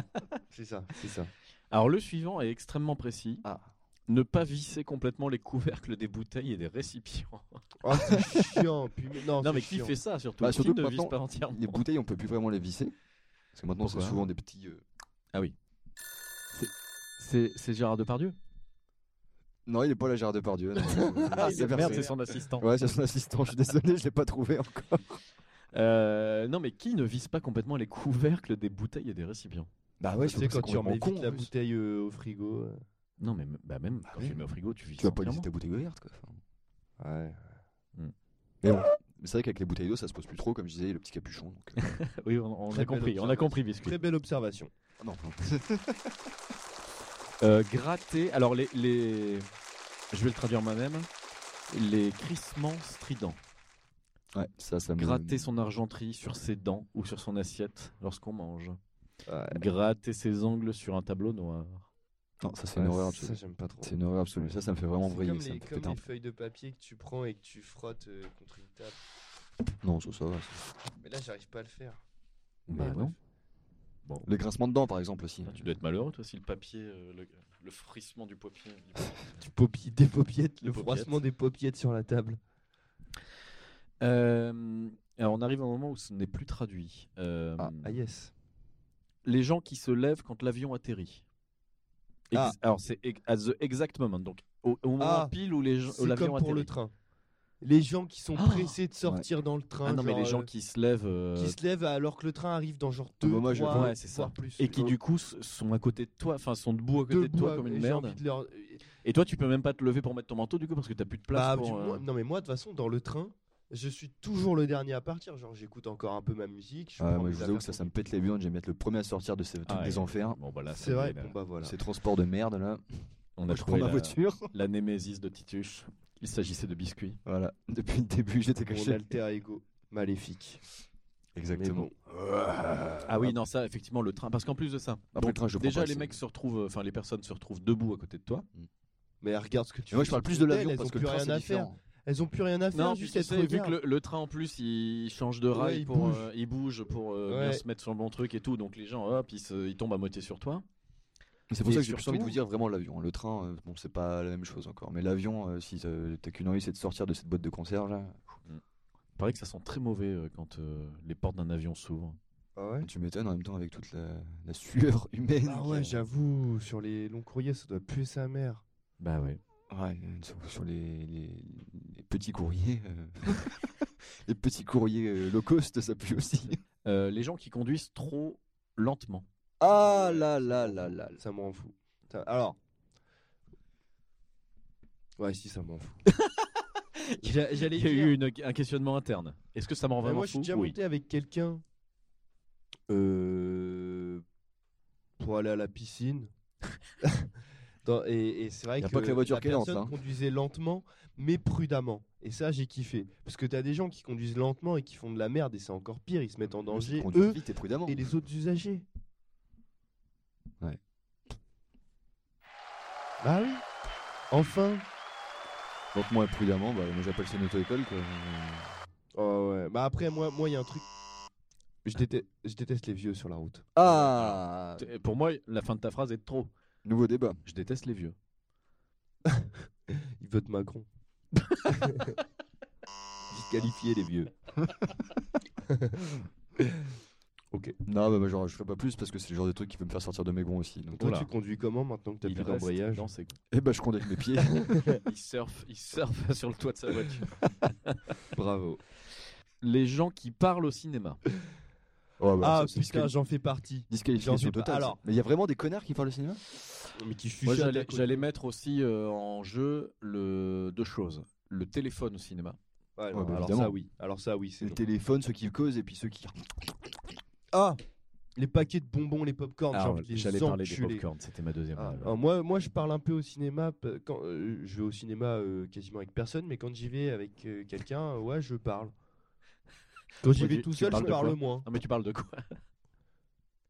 F: C'est ça, c'est ça.
D: Alors le suivant est extrêmement précis.
E: Ah.
D: Ne pas visser complètement les couvercles des bouteilles et des récipients.
F: Oh, c'est chiant. puis- non,
D: non
F: c'est
D: mais qui
F: chiant.
D: fait ça surtout
E: Bah,
D: Qui
E: surtout que
D: ne visse
E: maintenant,
D: pas entièrement
E: Les bouteilles, on peut plus vraiment les visser. Parce que maintenant, c'est
D: Pourquoi
E: souvent des petits. euh,
D: C'est c'est Gérard Depardieu
E: Non, il est pas la Gérard Depardieu. non. (laughs) Euh,
D: Ah,
E: il y
D: c'est-
E: a
D: merde,
E: personne.
D: c'est son assistant.
E: Ouais, c'est son assistant. Je suis désolé, je l'ai pas trouvé encore.
D: Euh, non mais qui ne visse pas complètement les couvercles des bouteilles et des récipients
E: Bah
F: Tu sais, quand tu remets vite la bouteille euh, au frigo. euh.
D: Non mais m- bah même quand
E: oui.
D: tu le mets au frigo, tu visses
E: Tu vas pas visser
D: entièrement.
E: ta bouteille ouverte, quoi. Enfin,
F: Ouais.
E: Mais bon. Mais c'est vrai qu'avec les bouteilles d'eau, ça se pose plus trop, comme je disais, le petit capuchon. donc, (laughs) euh,
D: Oui, on, on
F: Très
D: a
F: belle
D: compris, on a
F: observation.
D: compris biscuit.
F: Très belle observation.
E: ah non, (laughs) pardon.
D: Euh, gratter. Alors les, les- je vais le traduire moi-même. Les crissements stridents.
E: Ouais, ça, ça me.
D: Gratter son argenterie sur ses dents ou sur son assiette lorsqu'on mange.
F: Ouais.
D: Gratter ses ongles sur un tableau noir.
E: Non, ça, c'est une
F: Ouais,
E: horreur
F: Ça,
E: absolue.
F: j'aime pas trop.
E: C'est une horreur absolue. Ça, ça me fait vraiment
F: C'est
E: vriller.
F: Comme,
E: ça
F: les,
E: me fait
F: comme
E: péter un
F: les feuilles de papier que tu prends et que tu frottes euh, contre une table.
E: peu. Non, ça, ça va. ça.
F: Mais là, j'arrive pas à le faire.
D: Bah
F: Mais
D: non.
F: bref.
D: Bon.
E: Les grincements de dents, par exemple, aussi.
F: Ah,
D: Putain, Tu dois être malheureux toi si le papier, euh, le, le frissement du papier. du papier.
F: Du paupi- des paupiettes, le
D: Des
F: froissement des paupiettes sur la table.
D: Euh, alors on arrive à un moment où ce n'est plus traduit. Euh,
E: Ah,
F: Ah yes.
D: les gens qui se lèvent quand l'avion atterrit. Ex-
F: Ah.
D: Alors c'est ex- at the exact moment, donc au, au moment
F: Ah.
D: pile où les gens, où
F: C'est
D: l'avion
F: comme pour le
D: atterrit.
F: train. Les gens qui sont
D: Ah.
F: pressés de sortir dans le train.
D: ah non mais
F: genre,
D: les gens
F: euh,
D: qui se lèvent euh,
F: qui se lèvent alors que le train arrive dans genre deux,
E: bah moi, je-
F: trois,
D: ouais, c'est ça.
F: voire plus.
D: et qui
F: Genre,
D: du coup s- sont à côté de toi, enfin sont debout à côté de
F: debout,
D: toi comme une
F: et j'ai
D: merde.
F: envie de leur- euh,
D: Et toi tu peux même pas te lever pour mettre ton manteau du coup parce que t'as plus de place
F: Bah,
D: pour.
F: du-
D: euh,
F: moi- non mais moi de toute façon dans le train je suis toujours le dernier à partir genre j'écoute encore un peu ma musique
E: Ah,
F: prends
E: moi,
F: mes
E: je vous
F: affaires
E: avoue que ça, ça me
F: pour-
E: pète les burnes. J'aime être le premier à sortir de ce truc
D: Ah, ouais.
E: des enfers.
D: Bon bah là
F: c'est vrai
D: me
F: bon
D: gêne.
F: bah voilà
E: Ces transports de merde, là.
D: On a
E: je prends
D: trouvé
E: ma
D: la,
E: voiture.
D: (laughs) la némésis de Tituche. Il s'agissait de biscuits.
E: Voilà. (laughs) Depuis le début, j'étais
F: mon
E: caché.
F: alter ego maléfique
E: Exactement.
F: Euh,
D: Ah oui non ça effectivement le train parce qu'en plus de ça.
E: Après,
D: donc,
E: le train, je le prends
D: déjà
E: pas,
D: les
E: c'est-
D: mecs se retrouvent, euh, enfin les personnes se retrouvent debout à côté de toi.
F: mais regarde ce que tu
E: Moi,
F: fais
E: je parle
F: sur
E: plus
F: ton
E: de
F: hôtel,
E: l'avion
F: elles
E: parce
F: ont
E: que
F: plus
E: le train,
F: rien
E: c'est
F: à faire
E: différent.
F: elles ont plus rien à faire
D: Non,
F: juste
D: puis tu
F: elles te
D: sais, vu que
F: regardent.
D: le, le train en plus il change de rail
F: il
D: pour
F: bouge.
D: euh, il bouge pour euh,
F: Ouais.
D: bien se mettre sur le bon truc et tout donc les gens hop ils, se- ils tombent à moitié sur toi.
E: C'est pour
D: Et
E: ça que j'ai plus envie de
D: surtout-
E: vous dire vraiment l'avion. Le train, euh, bon, c'est pas la même chose encore. Mais l'avion, euh, si euh, t'as qu'une envie, c'est de sortir de cette boîte de conserve là.
D: Il paraît que ça sent très mauvais euh, quand euh, les portes d'un avion s'ouvrent.
F: ah ouais
E: Tu m'étonnes en même temps avec toute la, la sueur (laughs) humaine.
F: ah
E: qu'il y a.
F: ouais j'avoue sur les longs courriers ça doit puer sa mère
D: Bah ouais.
E: Ouais, euh, sur, sur les, les- les petits courriers. euh, (laughs) les petits courriers euh, low cost, ça pue aussi.
D: Euh, les gens qui conduisent trop lentement.
E: Ah là là là là. là.
F: ça m'en fout Ça- alors ouais si ça m'en fout (laughs) (laughs) J'a- j'allais
D: Il y a
F: dire-
D: eu une- un questionnement interne. Est-ce que ça m'en rend
F: Mais
D: vraiment
F: Bah, moi, je suis
D: fou
F: déjà
D: Oui.
F: monté avec quelqu'un euh, pour aller à la piscine. (laughs) Dans- et et c'est vrai
E: Y a
F: que,
E: pas que la voiture qui est lente,
F: personne
E: hein.
F: conduisait lentement, mais prudemment. Et ça, j'ai kiffé. Parce que t'as des gens qui conduisent lentement et qui font de la merde, et c'est encore pire. Ils se mettent en danger,
E: Conduis
F: eux
E: vite et prudemment.
F: et les autres usagers.
E: Ouais.
F: Bah oui. Enfin.
E: Donc moi prudemment, bah, moi j'appelle ça une auto-école quoi.
F: Oh ouais. Bah après, moi, moi, il y a un truc. Je déteste, je déteste les vieux sur la route.
E: Ah
D: T- Pour moi, la fin de ta phrase est de trop.
E: Nouveau débat.
D: Je déteste les vieux.
F: Ils votent Macron. Disqualifier les vieux.
E: Non bah, bah, genre je ferai pas plus parce que c'est le genre de truc qui peut me faire sortir de mes gonds aussi. Donc.
F: Toi,
D: Oula.
F: tu conduis comment maintenant que t'as
D: Il
F: plus
D: reste
F: d'embrayage
D: dans ses goûts.
E: Et bah je conduis avec mes pieds.
D: Il surfe, il surfe sur le toit de sa voiture.
F: (laughs) Bravo.
D: les gens qui parlent au cinéma.
E: Oh, bah,
F: Ah
E: ça, c'est une
F: putain, j'en fais partie. J'en
E: Disqualification
F: suis pas-
E: totale.
F: alors-
E: ça. Mais il y a vraiment des connards qui parlent au cinéma
F: Mais qui fuient
D: Moi, j'allais, j'allais mettre aussi euh, en jeu le, deux choses. Le téléphone au cinéma.
E: Ouais, bah,
F: alors
E: évidemment.
F: ça oui. Alors ça oui, c'est
E: C'est le
F: non.
E: téléphone, ceux qui causent et puis ceux qui.
F: Ah les paquets de bonbons, les popcorns, j'ai envie de Oh, les
D: Ah, j'allais parler des
F: enculer.
D: popcorns, c'était ma deuxième.
F: Ah,
D: rêve.
F: alors moi, moi, je parle un peu au cinéma. p- Quand, euh, je vais au cinéma euh, quasiment avec personne, mais quand j'y vais avec euh, quelqu'un, euh, ouais, je parle. Quand j'y
D: Ouais,
F: vais
D: tu-
F: tout
D: tu
F: seul,
D: parles
F: je
D: de quoi
F: parle moins.
D: Non, mais tu parles de quoi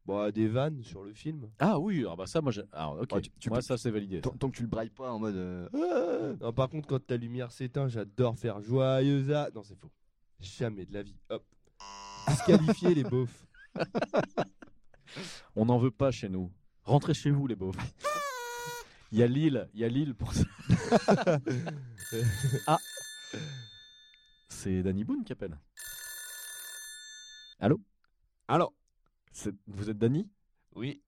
F: Bah, des vannes sur le film.
D: Ah oui, ah bah ça, moi, j'ai- alors, ok.
E: Ouais, tu- tu
D: moi,
E: peux-
D: ça, c'est validé. ça.
E: Tant, tant que tu le brailles pas en mode. euh,
F: Non, par contre, quand ta lumière s'éteint, j'adore faire joyeuse à. Non, c'est faux. Jamais de la vie. Hop. Disqualifier les beaufs.
D: On n'en veut pas chez nous. Rentrez chez vous, les beaufs. (laughs) Il y a Lille, il y a Lille pour ça.
F: (laughs)
D: ah C'est Danny Boone qui appelle. Allô
G: Allô
D: C'est- Vous êtes Danny
G: Oui.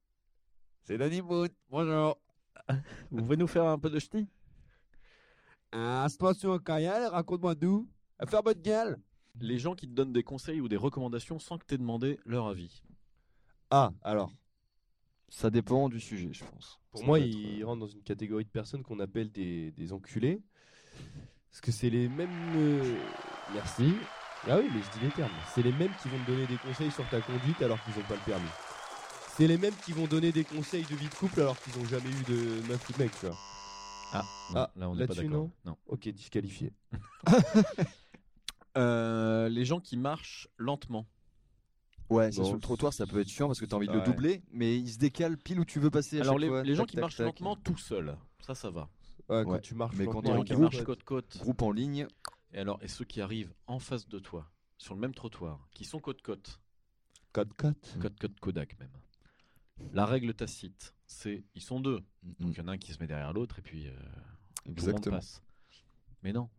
G: C'est Danny Boone. Bonjour.
D: Vous pouvez nous faire un peu de ch'ti
G: Un suspension carrière, Ah, raconte-moi d'où. À faire bonne gueule.
D: Les gens qui te donnent des conseils ou des recommandations sans que t'aies demandé leur avis.
G: Ah, alors.
E: Ça dépend du sujet, je pense.
F: Pour
E: Ça
F: moi,
E: peut être,
F: ils
E: euh,
F: rentrent dans une catégorie de personnes qu'on appelle des, des enculés. Parce que c'est les mêmes. euh, Merci. Ah oui, mais je dis les termes. C'est les mêmes qui vont te donner des conseils sur ta conduite alors qu'ils n'ont pas le permis. C'est les mêmes qui vont donner des conseils de vie de couple alors qu'ils n'ont jamais eu de meuf ou de mec, tu vois.
D: Non,
F: Ah,
D: là on n'est pas
F: là-dessus,
D: d'accord.
F: non Ok, disqualifié.
D: Euh, les gens qui marchent lentement.
E: Ouais, ça
F: Bon,
E: sur le trottoir, ça peut être chiant parce que t'as envie de le
F: ouais.
E: doubler, mais il se décale pile où tu veux passer. à
D: Alors
E: chaque
D: les,
E: fois,
D: les gens
E: tac,
D: qui
E: tac,
D: marchent
E: tac.
D: lentement tout seuls, ça ça va.
F: Ouais, Ah, quand
E: Ouais,
F: tu marches
E: mais quand
F: lentement
E: t'es en
D: Les gens
F: avec
D: qui
F: un
D: marchent
E: groupe,
F: pote,
D: côte côte.
E: Groupe en ligne,
D: Et alors et ceux qui arrivent en face de toi, sur le même trottoir, qui sont côte côte,
F: Code
E: Mm.
F: cote.
D: côte côte Kodak même. La règle tacite, c'est ils sont deux, donc il y en a un qui se met derrière l'autre et puis euh, tout le monde
E: Mm. exactement.
D: passe. Mais non.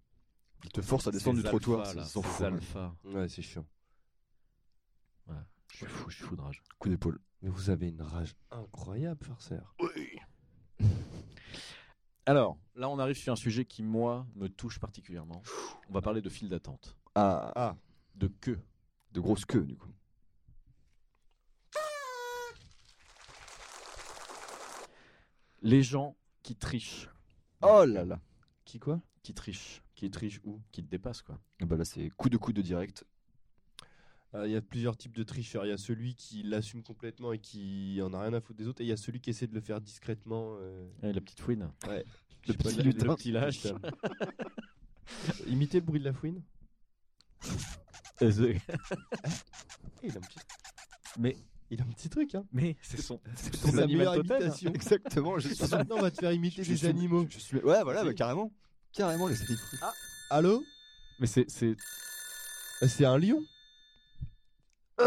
E: Il te force à descendre
D: ces
E: du trottoir,
D: alphas,
E: ça,
D: là,
E: ils s'en
D: ces
E: foutent, hein.
D: alphas.
F: Ouais, c'est chiant.
D: Je suis fou, je suis fou de rage.
E: Coup d'épaule.
F: Mais vous avez une rage incroyable, farceur.
D: Alors là on arrive sur un sujet qui moi me touche particulièrement. On va parler de file d'attente,
E: Ah,
D: de queue.
E: de grosses queues du coup.
D: Les gens qui trichent,
E: Oh là là.
F: Qui quoi
D: qui trichent,
F: Qui triche où
D: qui te dépassent quoi.
E: Et bah là c'est coup de coup de direct.
F: Ah, Il y a plusieurs types de tricheurs. Il y a celui qui l'assume complètement et qui en a rien à foutre des autres. Et il y a celui qui essaie de le faire discrètement. euh,
D: Eh, la petite fouine.
F: je sais pas,
E: petit
F: le-
E: lutin.
F: le petit lâche. (laughs) Imiter le bruit de la fouine Eh, Il a un petit,
D: Mais-
F: il a un petit truc. Hein.
D: Mais c'est son, c'est
F: C'est
D: son
F: hein. sa
D: animal
F: meilleure
D: totem.
F: (laughs) imitation.
E: Exactement, je suis.
F: Maintenant, on va te faire imiter
E: je
F: des
E: suis-
F: animaux.
E: Je suis... Ouais, voilà, bah, carrément. Carrément les amis. (laughs)
F: Allô Euh,
D: Mais c'est, c'est-
F: C'est un lion
E: Vous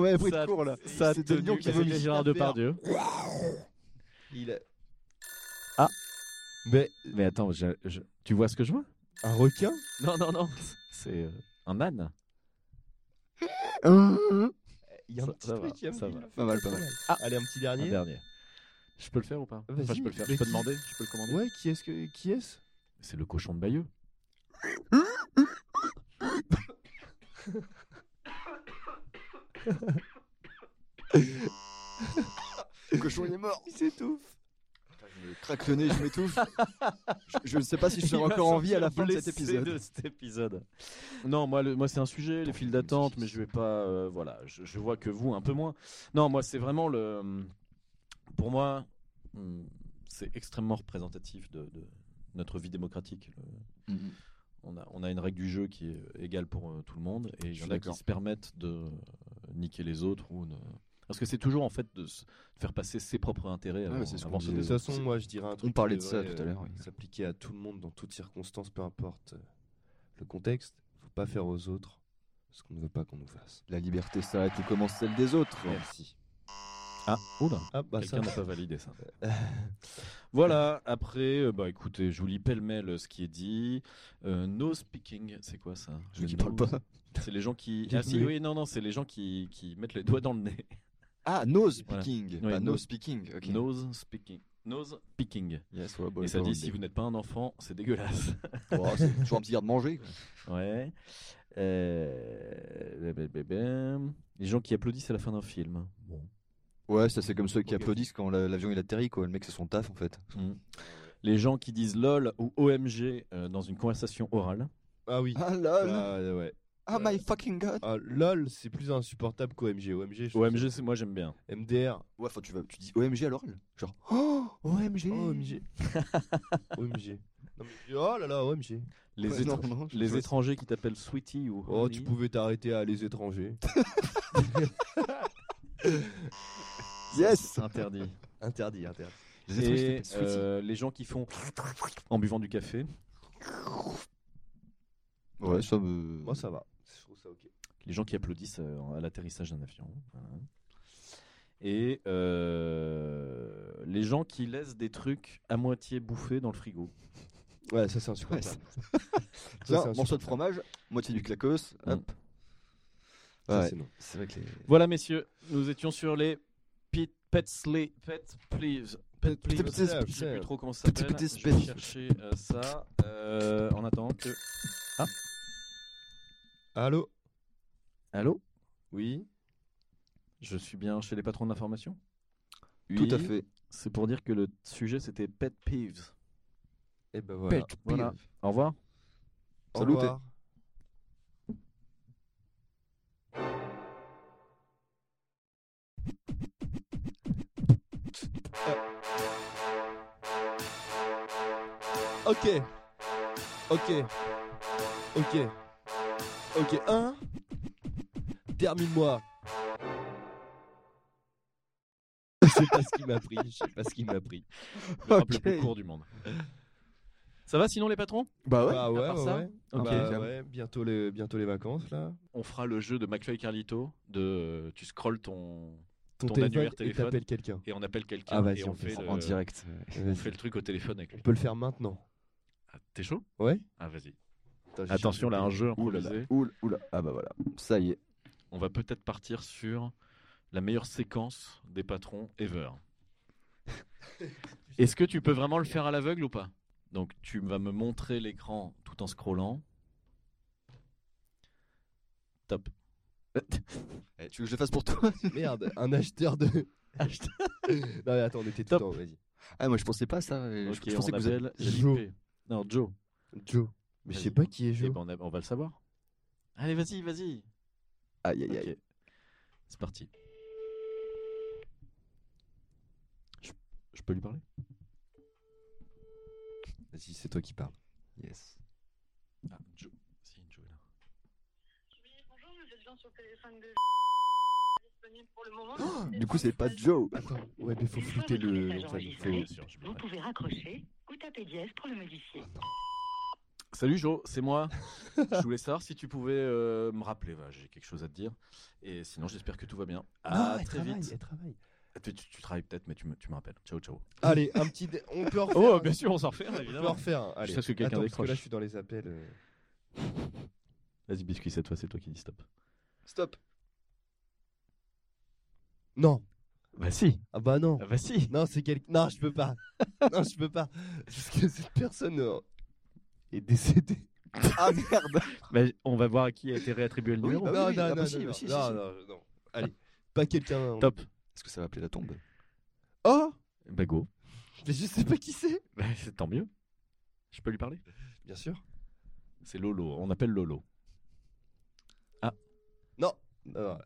E: m'avez pris de
D: Ça-
E: court là.
D: ça a
E: C'est des
D: tenu
E: lions qui
D: avec
E: vomissent.
D: Gérard Depardieu.
F: Il a-
D: Ah.
F: Mais
D: Mais attends, je- je- tu vois ce que je vois
F: un requin
D: Non, non, non. C'est euh, un âne.
F: Il y a un
D: Ça-
F: petit
D: ça va,
F: truc. il y a un
D: ça
F: petit-
D: va.
E: Ah,
D: Ah,
E: Pas mal, pas mal.
F: Allez, un petit
D: Un
F: dernier.
D: dernier. Je peux le faire ou pas Enfin,
F: Vas-y,
D: je peux le faire.
F: mais
D: Je peux
F: qui-
D: demander. Je peux le commander.
F: Ouais, qui est-ce que... Qui est-ce
D: C'est le cochon de Bayeux.
E: Le cochon il est mort.
F: Il s'étouffe.
E: Je me craque le nez, je (laughs) m'étouffe. je, je ne sais (laughs) pas si je serai encore en vie à la fin de cet épisode.
D: Non, moi, le- moi c'est un sujet, les files d'attente, mais je vais pas. euh, voilà, je, je vois que vous, un peu moins. Non, moi, c'est vraiment le. hum, Pour moi, hum, c'est extrêmement représentatif de, de notre vie démocratique. le-
E: Mhm.
D: On a, on a une règle du jeu qui est égale pour euh, tout le monde, et il
E: Je
D: y en
E: suis
D: a qui
E: d'accord.
D: se permettent de euh, niquer les autres ou de- Parce que c'est toujours en fait de, se- de faire passer ses propres intérêts avant,
E: mais c'est ce qu'on
D: avant ceux
E: disait.
F: De
D: des
F: toute
D: autres.
F: façon, moi, je dirais un truc. qui
E: parlait de ça
F: devrait,
E: tout à
F: euh,
E: l'heure, oui.
F: S'appliquer à tout le monde dans toutes circonstances, peu importe euh, le contexte. Faut pas faire aux autres ce qu'on ne veut pas qu'on nous fasse.
E: La liberté s'arrête où commence celle des autres.
F: Merci.
D: Ah, oula.
F: Ah bah ça.
D: Quelqu'un n'a pas validé ça. voilà, après, euh, bah écoutez, je vous lis pêle-mêle euh, ce qui est dit. Euh, no speaking, c'est quoi ça
E: Ceux
D: Le
E: qui
D: no-
E: parlent pas.
D: C'est les gens qui.
F: J'ai
D: ah si,
F: oublié.
D: oui, non, non, c'est les gens qui, qui mettent les doigts dans le nez.
E: Ah, no speaking.
D: Ouais,
E: pas
D: no-
E: no speaking. Ok.
D: Nose speaking. Nose picking.
E: Yes, well,
D: Et
E: well,
D: ça
E: well,
D: dit si vous n'êtes pas un enfant, c'est dégueulasse.
E: Oh, c'est (laughs) toujours un petit garde-manger. quoi.
D: ouais. Euh, bé- bé- bé. Les gens qui applaudissent à la fin d'un film. Bon.
E: Ouais, ça c'est comme ceux qui
F: Ok, ok.
E: applaudissent quand la- l'avion il atterrit, quoi. Le mec c'est son taf en fait.
D: Mm. Les gens qui disent lol ou OMG euh, dans une conversation orale.
F: Ah oui.
E: Ah lol.
F: Ah ouais.
E: Ah my fucking god.
F: Ah, lol, c'est plus insupportable qu'OMG. OMG. je trouve
D: OMG, c'est- moi j'aime bien.
F: ça- MDR.
E: Ouais, enfin tu, vas, tu dis OMG à l'oral. Genre, oh,
F: Mmh.
E: OMG.
F: (laughs) OMG. OMG. Non, mais je dis, oh là là, OMG.
D: Les,
E: Ouais,
D: étran-
E: non, non, je-
D: les
E: je-
D: étrangers qui t'appellent Sweetie ou
F: Oh,
D: honey.
F: tu pouvais t'arrêter à les étrangers.
E: Yes.
D: C'est
E: (laughs)
D: interdit.
F: interdit, interdit.
E: Les étrangers,
D: Et
E: ils s'appellent Sweetie.
D: euh, les gens qui font en buvant du café.
E: Ouais, ça me.
F: Moi, ça va. Je trouve ça ok.
D: Les gens qui applaudissent euh, à l'atterrissage d'un avion. voilà. Et euh, les gens qui laissent des trucs à moitié bouffés dans le frigo.
F: Ouais, ça, c'est (laughs) insupportable.
E: Ouais,
F: Ça, c'est
E: Tiens, morceau de
F: insupportable.
E: fromage, moitié du clacos,
D: Mm.
E: hop.
F: Ça,
E: Ouais,
F: c'est non.
E: c'est vrai que les.
D: Voilà, messieurs, nous étions sur les pit, pet sleep, pet please. Pet please.
E: Pet please.
D: Je sais plus trop comment ça s'appelle.
E: Pet please,
D: Je vais
E: pet.
D: chercher euh, ça euh, en attendant que.
F: Allô
D: Allô
F: Oui
D: Je suis bien chez les patrons de l'information
E: Tout à
D: Oui,
E: fait.
D: C'est pour dire que le sujet c'était pet peeves.
F: Eh ben voilà.
D: Voilà. Au revoir.
F: Au
E: Saluté.
F: revoir. Euh. Ok. Ok. Ok. Ok. Un. Termine-moi. Je sais pas ce qui m'a pris. Je sais pas ce qui m'a pris.
D: Le rap le
E: Ok.
D: plus court du monde. Ça va sinon les patrons
E: Bah ouais.
F: Bah ouais,
D: Ah part
F: ouais,
D: ça
F: ouais.
D: Ok.
F: Bah ouais, bientôt les, bientôt les vacances là.
D: On fera le jeu de McFly et Carlito de euh, tu scrolles ton
F: Ton,
D: Ton
F: téléphone,
D: annuaire téléphone.
F: et t'appelles quelqu'un.
D: et on appelle quelqu'un
F: Ah, vas-y,
D: et
F: on
D: on
F: fait
D: fait,
E: En-
D: le,
E: En direct.
D: on fait le truc au téléphone avec
F: On
D: lui.
F: peut le faire maintenant.
D: Ah, T'es chaud
F: Ouais.
D: Ah vas-y.
F: Attends, j'ai
D: Attention là un jeu
E: Oula, là,
D: improvisé.
E: oula, oula. Ah bah voilà. Ça y est.
D: On va peut-être partir sur la meilleure séquence des patrons ever. Est-ce que tu peux vraiment le faire à l'aveugle ou pas Donc tu vas me montrer l'écran tout en scrollant. Top.
E: Eh, tu veux que je le fasse pour toi
F: cherché- (laughs) Merde, un (laughs) acheteur de.
D: Acheteur.
F: non, mais attends, on était tout
D: Top.
F: en vas-y.
E: Ah, moi je pensais pas à ça. Je-
D: Ok,
E: je
D: on
E: pensais que vous
D: appelle
F: Joe.
D: JP. Non, Joe.
F: Joe. Mais je
D: Vas-y.
F: sais pas qui est
D: Eh
F: Joe.
D: ben, on, a- on va le savoir. Allez, vas-y, vas-y.
E: Aïe aïe aïe.
D: Ok. C'est parti. Je, je peux lui parler
F: Vas-y, c'est toi qui parles.
E: Yes.
D: Ah, Joe. Si, Joe est là.
H: Oui, bonjour, vous êtes bien sur le téléphone de disponible pour le moment.
E: Du coup, c'est pas Joe.
F: Attends, ouais, mais faut
H: Une fois
F: flouter
H: votre
F: le.
H: message
F: nom de famille.
D: Oui,
H: Oui.
D: bien sûr, je lui
H: Vous
D: parle.
H: pouvez raccrocher ou taper dièse pour le modifier.
D: Salut Jo, c'est moi. je voulais savoir si tu pouvais euh, me rappeler. voilà, J'ai quelque chose à te dire. Et sinon, j'espère que tout va bien. À
F: Ah,
D: très vite.
F: travaille.
D: Tu, tu- tu travailles peut-être, mais tu me, tu me rappelles. Ciao, (laughs) ciao.
F: (laughs) Allez, un petit. dé- On peut en refaire. un-
D: Oh, sûr, on s'en refait,
F: On peut en refaire. un. Allez.
D: sais ce que quelqu'un
F: Attends, parce que là,
D: décroche.
F: je suis dans les appels. euh.
D: (laughs) Vas-y, biscuit, cette fois, c'est toi qui dis stop.
E: Stop.
F: Non.
D: Bah si,
F: Ah bah non.
D: bah si.
F: Non, c'est quelqu'un. Non, je peux pas.
D: (laughs)
F: non, je peux pas. Parce que cette personne euh, est décédée.
E: Ah merde.
D: Bah, on va voir à qui a été réattribué le
E: Oui,
D: numéro.
E: bah
F: non, non,
E: ah bah
F: non, non,
E: si,
F: non,
E: bah si,
F: non,
E: si, si.
F: non, non. Allez, pas quelqu'un.
D: Top.
E: Est-ce que ça va appeler la tombe
F: Oh
D: Bah go.
F: Mais je sais pas qui c'est.
D: Bah, (laughs) c'est tant mieux. Je peux lui parler
F: Bien sûr.
D: C'est Lolo. On appelle Lolo.
F: Non. Non, non.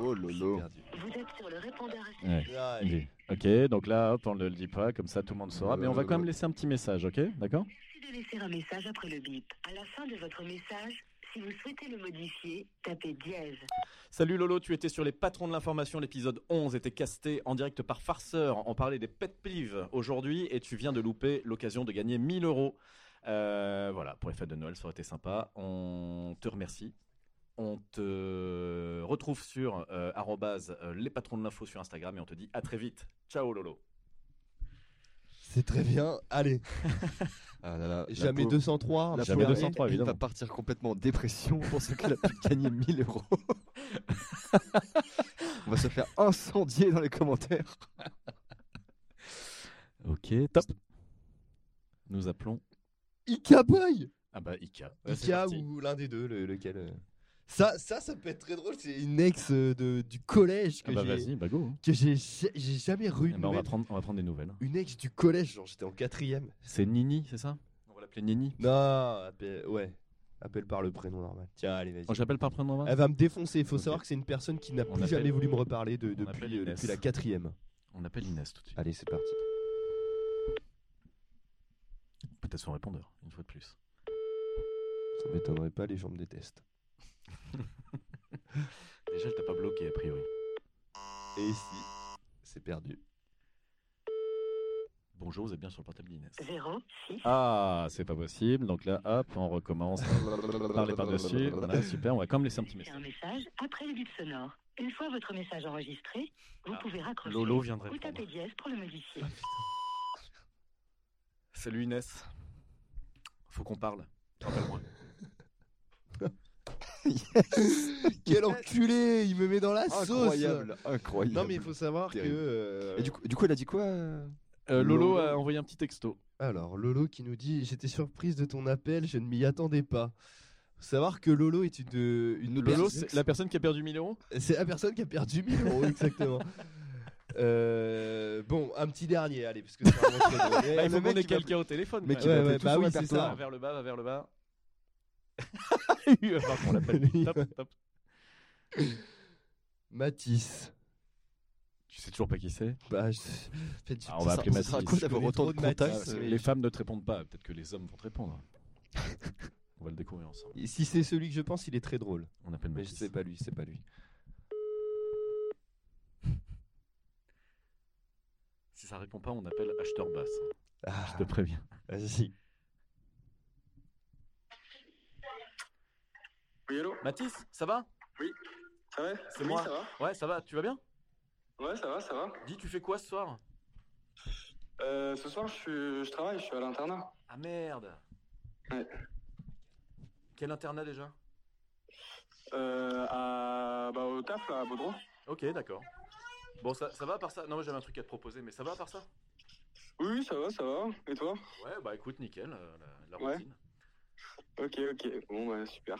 E: Oh lolo.
F: Perdu.
H: Vous êtes sur le répondeur à
D: Ouais.
F: Ah,
D: il est- Ok, donc là, hop, on ne le dit pas, comme ça tout le monde saura. Mais on va quand même laisser un petit message, ok D'accord
H: Merci de laisser un message après le bip. À la fin de votre message, si vous souhaitez le modifier, tapez dièse.
D: Salut Lolo, tu étais sur les patrons de l'information, l'épisode 11 était casté en direct par Farceur, on parlait des pet peeves aujourd'hui et tu viens de louper l'occasion de gagner 1000 euros. Euh, voilà, pour les fêtes de Noël, ça aurait été sympa, on te remercie. On te retrouve sur euh, arrobase, euh, les patrons de l'info sur Instagram et on te dit à très vite. Ciao Lolo.
F: C'est très bien. Allez,
E: Ah là là. la
F: jamais
E: pauvre.
F: 203.
E: Ah, La
D: Jamais
E: pauvre
D: 203,
E: Aline
D: évidemment.
E: va partir complètement en dépression pour ce qu'elle a pu
F: (laughs)
E: gagner 1000 euros. On va se faire incendier dans les commentaires.
D: Ok, top. Nous appelons...
F: Ika Boy
D: Ah bah Ika. Ouais, c'est
F: Ika
D: parti.
F: ou l'un des deux, le- lequel euh. ça, ça, ça peut être très drôle. C'est une ex euh, de, du collège que
D: Ah bah
F: j'ai
D: vas-y, bah go.
F: que j'ai ja- j'ai jamais
D: Eh
F: rue
D: ben, on, va prendre, on va prendre des nouvelles.
F: Une ex du collège, genre j'étais en quatrième.
D: C'est Nini, c'est ça On va l'appeler Nini.
F: Non, appelle, ouais. Appelle par le prénom normal. Tiens, allez, vas-y.
D: Oh, J'appelle par prénom normal
F: Elle va me défoncer. Il faut
D: Ok.
F: savoir que c'est une personne qui n'a
D: On
F: plus
D: appelle-
F: jamais voulu me reparler de-
D: on appelle
F: depuis, euh,
D: Inès.
F: depuis la quatrième.
D: On appelle Inès tout de suite.
F: Allez, c'est parti.
D: Peut-être son répondeur, une fois de plus.
F: Ça m'étonnerait pas, les gens me détestent.
D: Déjà, elle t'a pas bloqué, a priori.
F: Et ici, c'est perdu.
D: Bonjour, vous êtes bien sur le portable d'Inès.
H: 0, 6,
D: Ah, c'est pas possible. Donc là, hop, on recommence. Parler par-dessus. Voilà, super. On va quand même laisser un petit
H: c'est un
D: message.
H: message après le bip sonore. Une fois votre message enregistré, vous pouvez raccrocher
A: Lolo viendrait
H: ou
A: le prendre.
H: taper dièse pour le modifier.
D: Salut Inès. Faut qu'on parle.
F: (laughs) Quel enculé Il me met dans la
E: Incroyable, incroyable.
F: Non, mais il faut savoir que.
E: Terrible.
F: euh,
E: Et du coup, du coup, elle a dit quoi euh
D: Lolo
F: Lolo.
D: a envoyé un petit texto.
F: Alors, Lolo qui nous dit J'étais surprise de ton appel, je ne m'y attendais pas. Faut savoir que Lolo est une. euh, une
D: Lolo,
F: personne-
D: c'est la personne qui a perdu 1000 euros
F: c'est la personne qui a perdu 1000 euros, exactement. Euh, bon, un petit dernier, allez, parce que c'est vraiment très drôle. Eh,
D: Bah, Il
F: le
D: faut qu'on
F: mec,
D: ait
F: il m'a-
D: quelqu'un au téléphone.
E: Mais
D: quand
E: qui
D: même.
E: va appeler
F: ouais, ouais,
E: tout
F: bah
E: son
F: oui, c'est
E: répertoire.
F: ça.
D: vers le bas, vers le bas. (laughs) Il va falloir qu'on l'appelle. (laughs) lui. Top, top.
F: Matisse.
D: Tu sais toujours pas qui c'est
F: Bah, je- en fait, je-
D: Ah, on va
F: ça-
D: appeler
F: ça sera
D: Matisse.
F: cool
E: Je
F: d'avoir
E: connais
F: autant
E: trop
F: de
E: de Matisse,
F: contacts.
E: euh,
F: mais-
D: Les femmes ne te répondent pas. Peut-être que les hommes vont te (laughs) répondre. On va le découvrir ensemble.
F: Et Si c'est celui que je pense, il est très drôle.
D: On appelle
F: Mais c'est
D: Mathis.
F: pas lui, c'est pas lui.
D: Si ça répond pas, on appelle Acheteur Bass.
F: Ah.
D: Je te préviens.
F: Vas-y.
I: Oui, allô
D: Mathis, ça va
I: Ça va
D: C'est moi.
I: Oui, ça va
D: Ouais, ça va. Tu vas bien
I: Ouais, ça va, ça va.
D: Dis, tu fais quoi ce soir
I: Euh, ce soir, je, suis- je travaille, je suis à l'internat.
D: Ah merde
I: Ouais.
D: Quel internat déjà
I: Euh, à, bah, au taf, là, à Baudreau.
D: Ok, d'accord. Bon, ça, ça va par ça Non, moi j'avais un truc à te proposer, mais ça va par ça
I: Oui, oui, ça va, ça va. Et toi
D: Ouais, bah écoute, nickel, euh, la, la
I: Ouais.
D: routine.
I: Ok, ok. Bon, bah, super.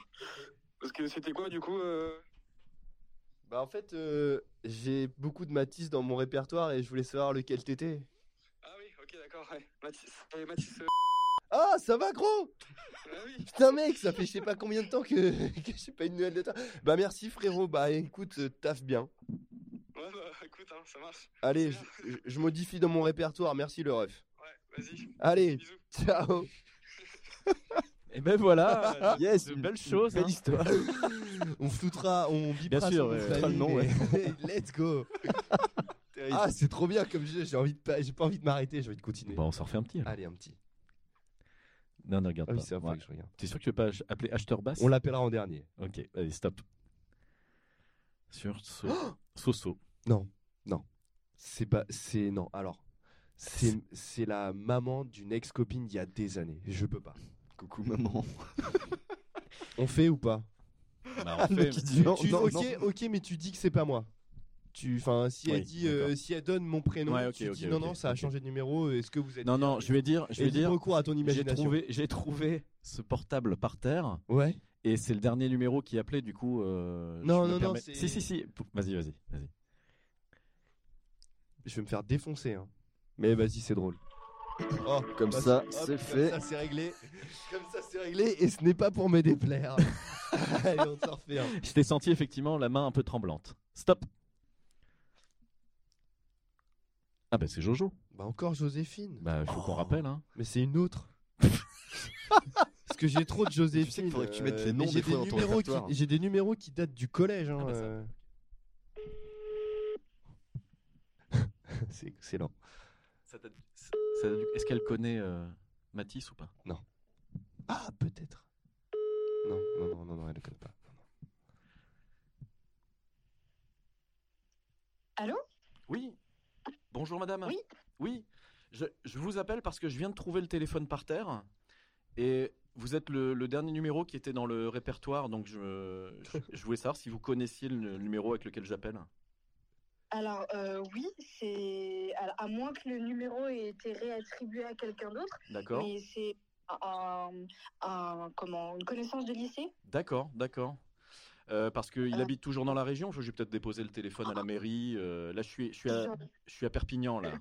I: Parce que c'était quoi, du coup euh...
F: Bah, en fait, euh, j'ai beaucoup de Matisse dans mon répertoire et je voulais savoir lequel t'étais.
I: Ah oui, ok, d'accord, ouais. Mathis, euh, Mathis, euh,
F: Ah, ça va, gros
I: ah oui.
F: Putain, mec, ça fait je sais pas combien de temps que, que (laughs) j'ai pas une nouvelle de toi. Bah, merci, frérot. Bah, écoute, euh, taf bien.
I: Ouais, bah, écoute, hein, ça marche.
F: Allez, je- je je modifie dans mon répertoire. Merci, le ref.
I: Ouais, vas-y.
F: Allez,
I: Bisous.
F: ciao.
D: Et ben (laughs)
F: Ah,
D: voilà,
E: Yes,
D: de
E: une-
D: belles choses.
E: Belle
D: hein. (laughs)
E: histoire.
F: On floutera, on bipera
D: Bien sûr,
F: son nom de
D: ouais.
F: famille,
E: Totalement, ouais.
F: mais- (laughs) Let's go. ah, c'est trop bien comme jeu. J'ai envie de pas, j'ai pas envie de m'arrêter. J'ai envie de continuer.
D: Bon, on s'en refait un petit. alors.
F: Allez, un petit.
D: Non, ne regarde
F: Ah oui,
D: pas.
F: c'est après
D: bah, Ouais.
F: que je regarde.
D: T'es sûr que tu veux pas ach- appeler acheteur basse
F: On l'appellera en dernier.
D: Ok, allez, stop. Sur So-
F: Oh
D: Soso.
F: C'est pas, c'est non. Alors, c'est, c'est la maman d'une ex-copine d'il y a des années. Je peux pas.
E: Coucou maman.
F: On fait ou pas
D: Bah,
F: Ah,
D: on fait,
E: mec, il
D: mais-
E: dit non.
F: Tu- ok, ok, mais tu dis que c'est pas moi. Tu, enfin, si
D: Oui,
F: elle dit, euh,
D: d'accord.
F: si elle donne mon prénom,
D: Ouais, ok,
F: tu
D: ok,
F: dis non,
D: ok,
F: non, ça
D: ok.
F: a changé de numéro. euh, Est-ce que vous êtes
D: Non, non, je vais dire, je vais dire,
F: recours à ton
D: j'ai
F: imagination.
D: trouvé, j'ai trouvé ce portable par terre
F: Ouais.
D: et c'est le dernier numéro qui appelait du coup. euh, je
F: Non,
D: me
F: non, non,
D: permets-
F: c'est-
D: Si, si, si. Pou- Vas-y, vas-y,
F: (laughs)
D: vas-y.
F: Je vais me faire défoncer. hein. Mais vas-y, c'est drôle. Oh,
E: Comme
F: bah,
E: ça,
F: hop,
E: c'est
F: comme
E: fait.
F: ça, c'est réglé. Comme ça, c'est réglé. Et ce n'est pas pour me
D: (laughs)
F: déplaire. Allez, on s'en refait. un.
D: Je t'ai senti effectivement la main un peu tremblante. Stop. Ah bah c'est Jojo.
F: Bah encore Joséphine.
D: Bah il faut
F: Oh.
D: qu'on rappelle hein.
F: Mais c'est une autre. (laughs) Parce que j'ai trop de Joséphine.
E: Tu sais qu'il faudrait que tu mettes les
F: euh,
E: noms
F: mais j'ai
E: des fois dans ton
F: numéros qui-
E: répertoire.
F: J'ai des numéros qui datent du collège. hein,
D: Ah bah ça.
F: euh. (laughs) c'est excellent.
D: Ça date- ça date du- Est-ce qu'elle connaît euh, Matisse ou pas
F: Ah, peut-être. Non, non, non, non, non, elle ne connaît pas.
H: Allô
D: Oui. Bonjour madame.
H: Oui.
D: Oui. Je, je vous appelle parce que je viens de trouver le téléphone par terre et vous êtes le, le dernier numéro qui était dans le répertoire donc je, (laughs) je, je voulais savoir si vous connaissiez le numéro avec lequel j'appelle.
C: Alors, euh, oui, c'est. alors, À moins que le numéro ait été réattribué à quelqu'un d'autre,
D: D'accord.
C: mais c'est un, un- comment, une connaissance de lycée.
D: D'accord, d'accord. Euh, parce qu'il
C: Ah.
D: habite toujours dans la région, je vais peut-être déposer le téléphone à la mairie. euh, là, je suis, je, suis à,
C: J'en-
D: je suis à Perpignan, là.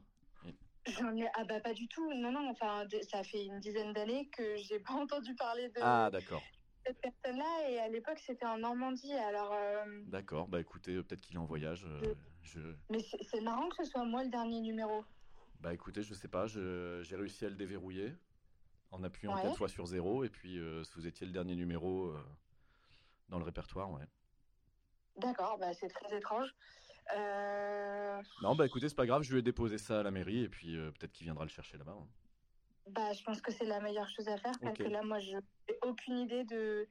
C: j'en ai- Ah, bah, pas du tout. Non, non, enfin, de- ça fait une dizaine d'années que j'ai pas (laughs) entendu parler de
D: Ah, d'accord,
C: cette personne-là, et à l'époque, c'était en Normandie. Alors, euh,
D: d'accord. Bah écoutez, euh, peut-être qu'il est en voyage. euh, je...
C: mais c'est c'est marrant que ce soit moi le dernier numéro.
D: Bah écoutez, je sais pas, je- j'ai réussi à le déverrouiller en appuyant
C: Ouais.
D: quatre fois sur zéro, et puis euh, vous étiez le dernier numéro euh, dans le répertoire, ouais.
C: D'accord, bah, c'est très étrange. Euh,
D: Non, bah écoutez, c'est pas grave, je vais déposer ça à la mairie et puis euh, peut-être qu'il viendra le chercher là-bas. hein.
C: bah, je pense que c'est la meilleure chose à faire parce
D: Ok.
C: que là, moi, je n'ai aucune idée de,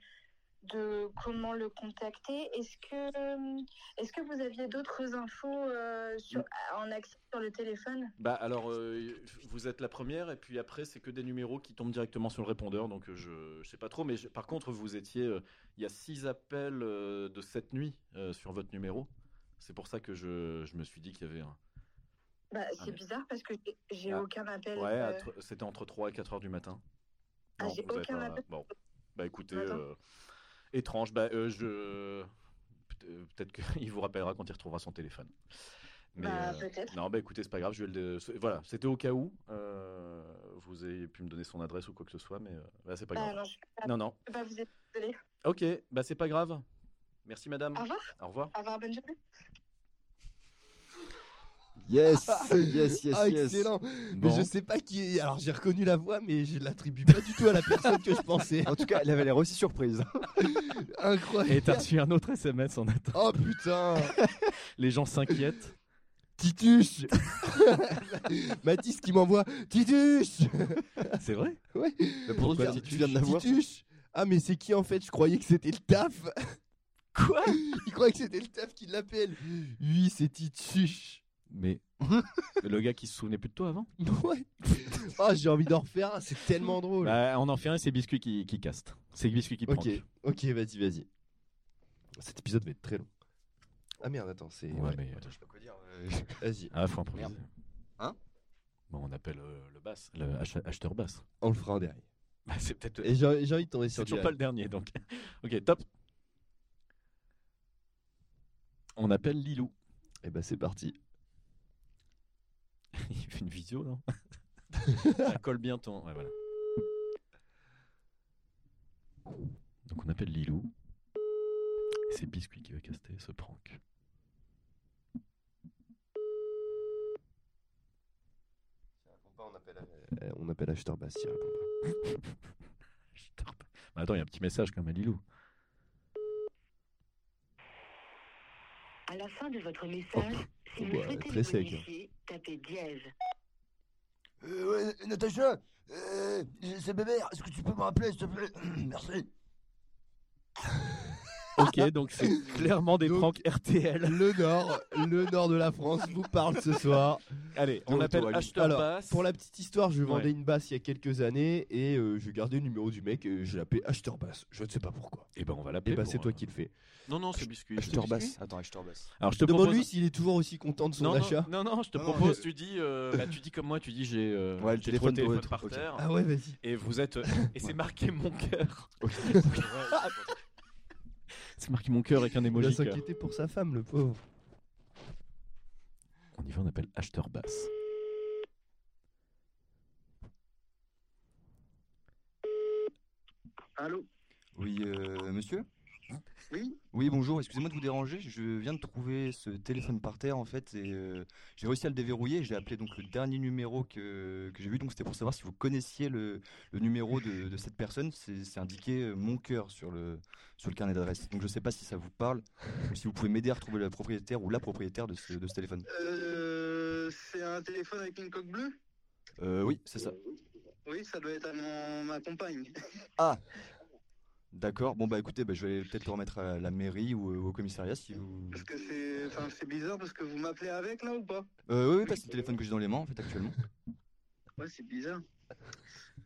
C: de comment le contacter. Est-ce que, est que vous aviez d'autres infos euh, sur-
D: Mm.
C: en accès sur le téléphone
D: Bah alors, euh, vous êtes la première et puis après, c'est que des numéros qui tombent directement sur le répondeur, donc euh, je, je sais pas trop, mais je- par contre, vous étiez, euh, il y a six appels euh, de cette nuit euh, sur votre numéro. C'est pour ça que je, je me suis dit qu'il y avait un...
C: bah,
D: Ah,
C: C'est
D: mais-
C: bizarre parce que j'ai- j'ai
D: Ah.
C: aucun appel.
D: Ouais,
C: euh,
D: à tr- c'était entre 3 et 4 heures du matin.
C: Ah, j'ai
D: vous avez
C: aucun appel.
D: Bon, bah écoutez,
C: Attends.
D: euh, étrange. Bah, euh, je... peut- euh, Peut-être qu'il vous rappellera quand (laughs) il retrouvera son téléphone. Mais,
C: Bah,
D: euh,
C: peut-être.
D: Non, bah écoutez, c'est pas grave. Je vais le... c'est- Voilà, c'était au cas où. euh, vous avez pu me donner son adresse ou quoi que ce soit, mais euh, bah, c'est pas
C: bah,
D: grave.
C: non, je peux pas-
D: non, non.
C: bah, vous êtes désolé.
D: Ok, bah c'est pas grave. Merci madame.
C: Au revoir.
D: Au revoir.
C: Au revoir, bonne journée.
E: Yes, yes, yes,
F: Ah,
E: yes.
F: excellent.
D: Bon.
F: Mais je sais pas qui est. Alors j'ai reconnu la voix, mais je l'attribue pas du tout à la personne que je pensais.
E: En tout cas, elle avait l'air aussi surprise.
F: (laughs) Incroyable.
D: Et t'as reçu un autre SMS en attendant.
F: Oh putain
D: Les gens s'inquiètent.
F: Titus (laughs) Mathis qui m'envoie Titus
D: c'est vrai
F: Ouais
E: Mais pourtant, tu
F: Pourquoi
E: viens- tu viens de la voir.
F: Titus Ah mais c'est qui en fait Je croyais que c'était le
D: (laughs)
F: taf Quoi Il croyait que c'était le taf qui l'appelle Oui c'est Titus
D: Mais le gars qui se souvenait plus de toi avant
F: Ouais (laughs) Oh j'ai envie d'en refaire un, c'est tellement drôle
D: Bah, on en fait un, et c'est Biscuit qui, qui caste. C'est Biscuit qui
F: Ok,
D: prank.
F: ok vas-y vas-y Cet épisode va être très long Ah merde attends c'est...
D: Ouais, mais. euh,
E: sais pas quoi dire.
F: Vas-y,
D: Ah, faut improviser.
E: Merde. Hein
D: Bon, on appelle euh, le bass, le ach- acheteur bass.
F: on le fera en dernier.
D: (laughs) Bah, c'est peut-être.
F: Et j'ai j'ai envie de tomber
D: C'est
F: sur du
D: toujours pas le dernier, donc. (laughs) ok, top. On appelle Lilou. (laughs)
F: Et bah c'est parti
D: Il fait une visio,
F: (laughs)
D: non Ça colle bien ton. Ouais, voilà. Donc on appelle Lilou. Et c'est Biscuit qui va caster ce prank.
F: Euh,
E: (laughs)
F: On appelle acheteur Bastien
D: Je te rep- Mais attends, il y a un petit message quand même à Lilou.
H: À la fin de votre message, si vous
F: ouais,
H: souhaitez
F: très
H: le
F: sec.
H: modifier, tapez dièse.
E: ouais, Natacha, c'est Bébert, est-ce que tu peux me rappeler, s'il te plaît Merci.
D: Ok, donc c'est clairement des
F: Donc-
D: pranks RTL.
F: Le nord, le nord de la France vous parle ce soir.
D: Allez, on
E: Donc,
D: appelle
E: toi, Lilou.
D: acheteur
F: Alors,
D: basse.
F: Pour la petite histoire, je vendais
D: Ouais.
F: une basse il y a quelques années et euh, je gardais le numéro du mec et je l'appelais acheteur basse. Je ne sais pas pourquoi.
D: Eh ben on va
F: Et
D: l'appeler.
F: bah
D: pour,
F: c'est toi
D: euh,
F: qui le fais.
D: Non, non, c'est Biscuit. c'est
E: Acheteur
D: Biscuit.
E: basse. Attends, acheteur basse.
D: Alors je te
F: Demande-lui
D: propose.
F: s'il est toujours aussi content de son
D: Non, non,
F: achat.
D: non, non, je te
E: Non, non,
D: propose.
E: je-
D: Tu dis, (laughs) euh, bah, tu dis comme moi, tu dis j'ai euh,
E: Ouais, le
D: j'ai
E: téléphone
D: trop de téléphones
E: pour être-
D: par
E: ok.
D: terre.
F: Ah ouais, vas-y.
D: Et vous êtes. euh, Et c'est marqué mon (laughs) cœur.
F: hein. (laughs)
D: c'est marqué mon cœur avec un
F: Il va
D: emoji. cœur.
F: s'inquiéter pour sa femme, le pauvre.
D: On y va, on appelle acheteur basse.
I: Allô
E: Oui, euh, monsieur
I: Oui
E: Oui, bonjour, excusez-moi de vous déranger, je viens de trouver ce téléphone par terre en fait et euh, j'ai réussi à le déverrouiller, j'ai appelé donc le dernier numéro que, que j'ai vu, donc c'était pour savoir si vous connaissiez le, le numéro de, de cette personne, c'est c'est indiqué euh, mon cœur sur le, sur le carnet d'adresse, donc je sais pas si ça vous parle ou si vous pouvez m'aider à retrouver le propriétaire ou la propriétaire de ce, de ce téléphone.
I: euh, C'est un téléphone avec une coque bleue
E: Euh, oui, c'est ça.
I: Oui, ça doit être à mon- ma compagne. (laughs)
E: D'accord, bon bah écoutez, bah, je vais peut-être le remettre à la mairie ou euh, au commissariat si vous...
I: Parce que c'est enfin, c'est bizarre parce que vous m'appelez avec là ou pas
E: Euh, oui, oui, bah, c'est le téléphone que j'ai dans les mains en fait actuellement.
I: Ouais, c'est bizarre.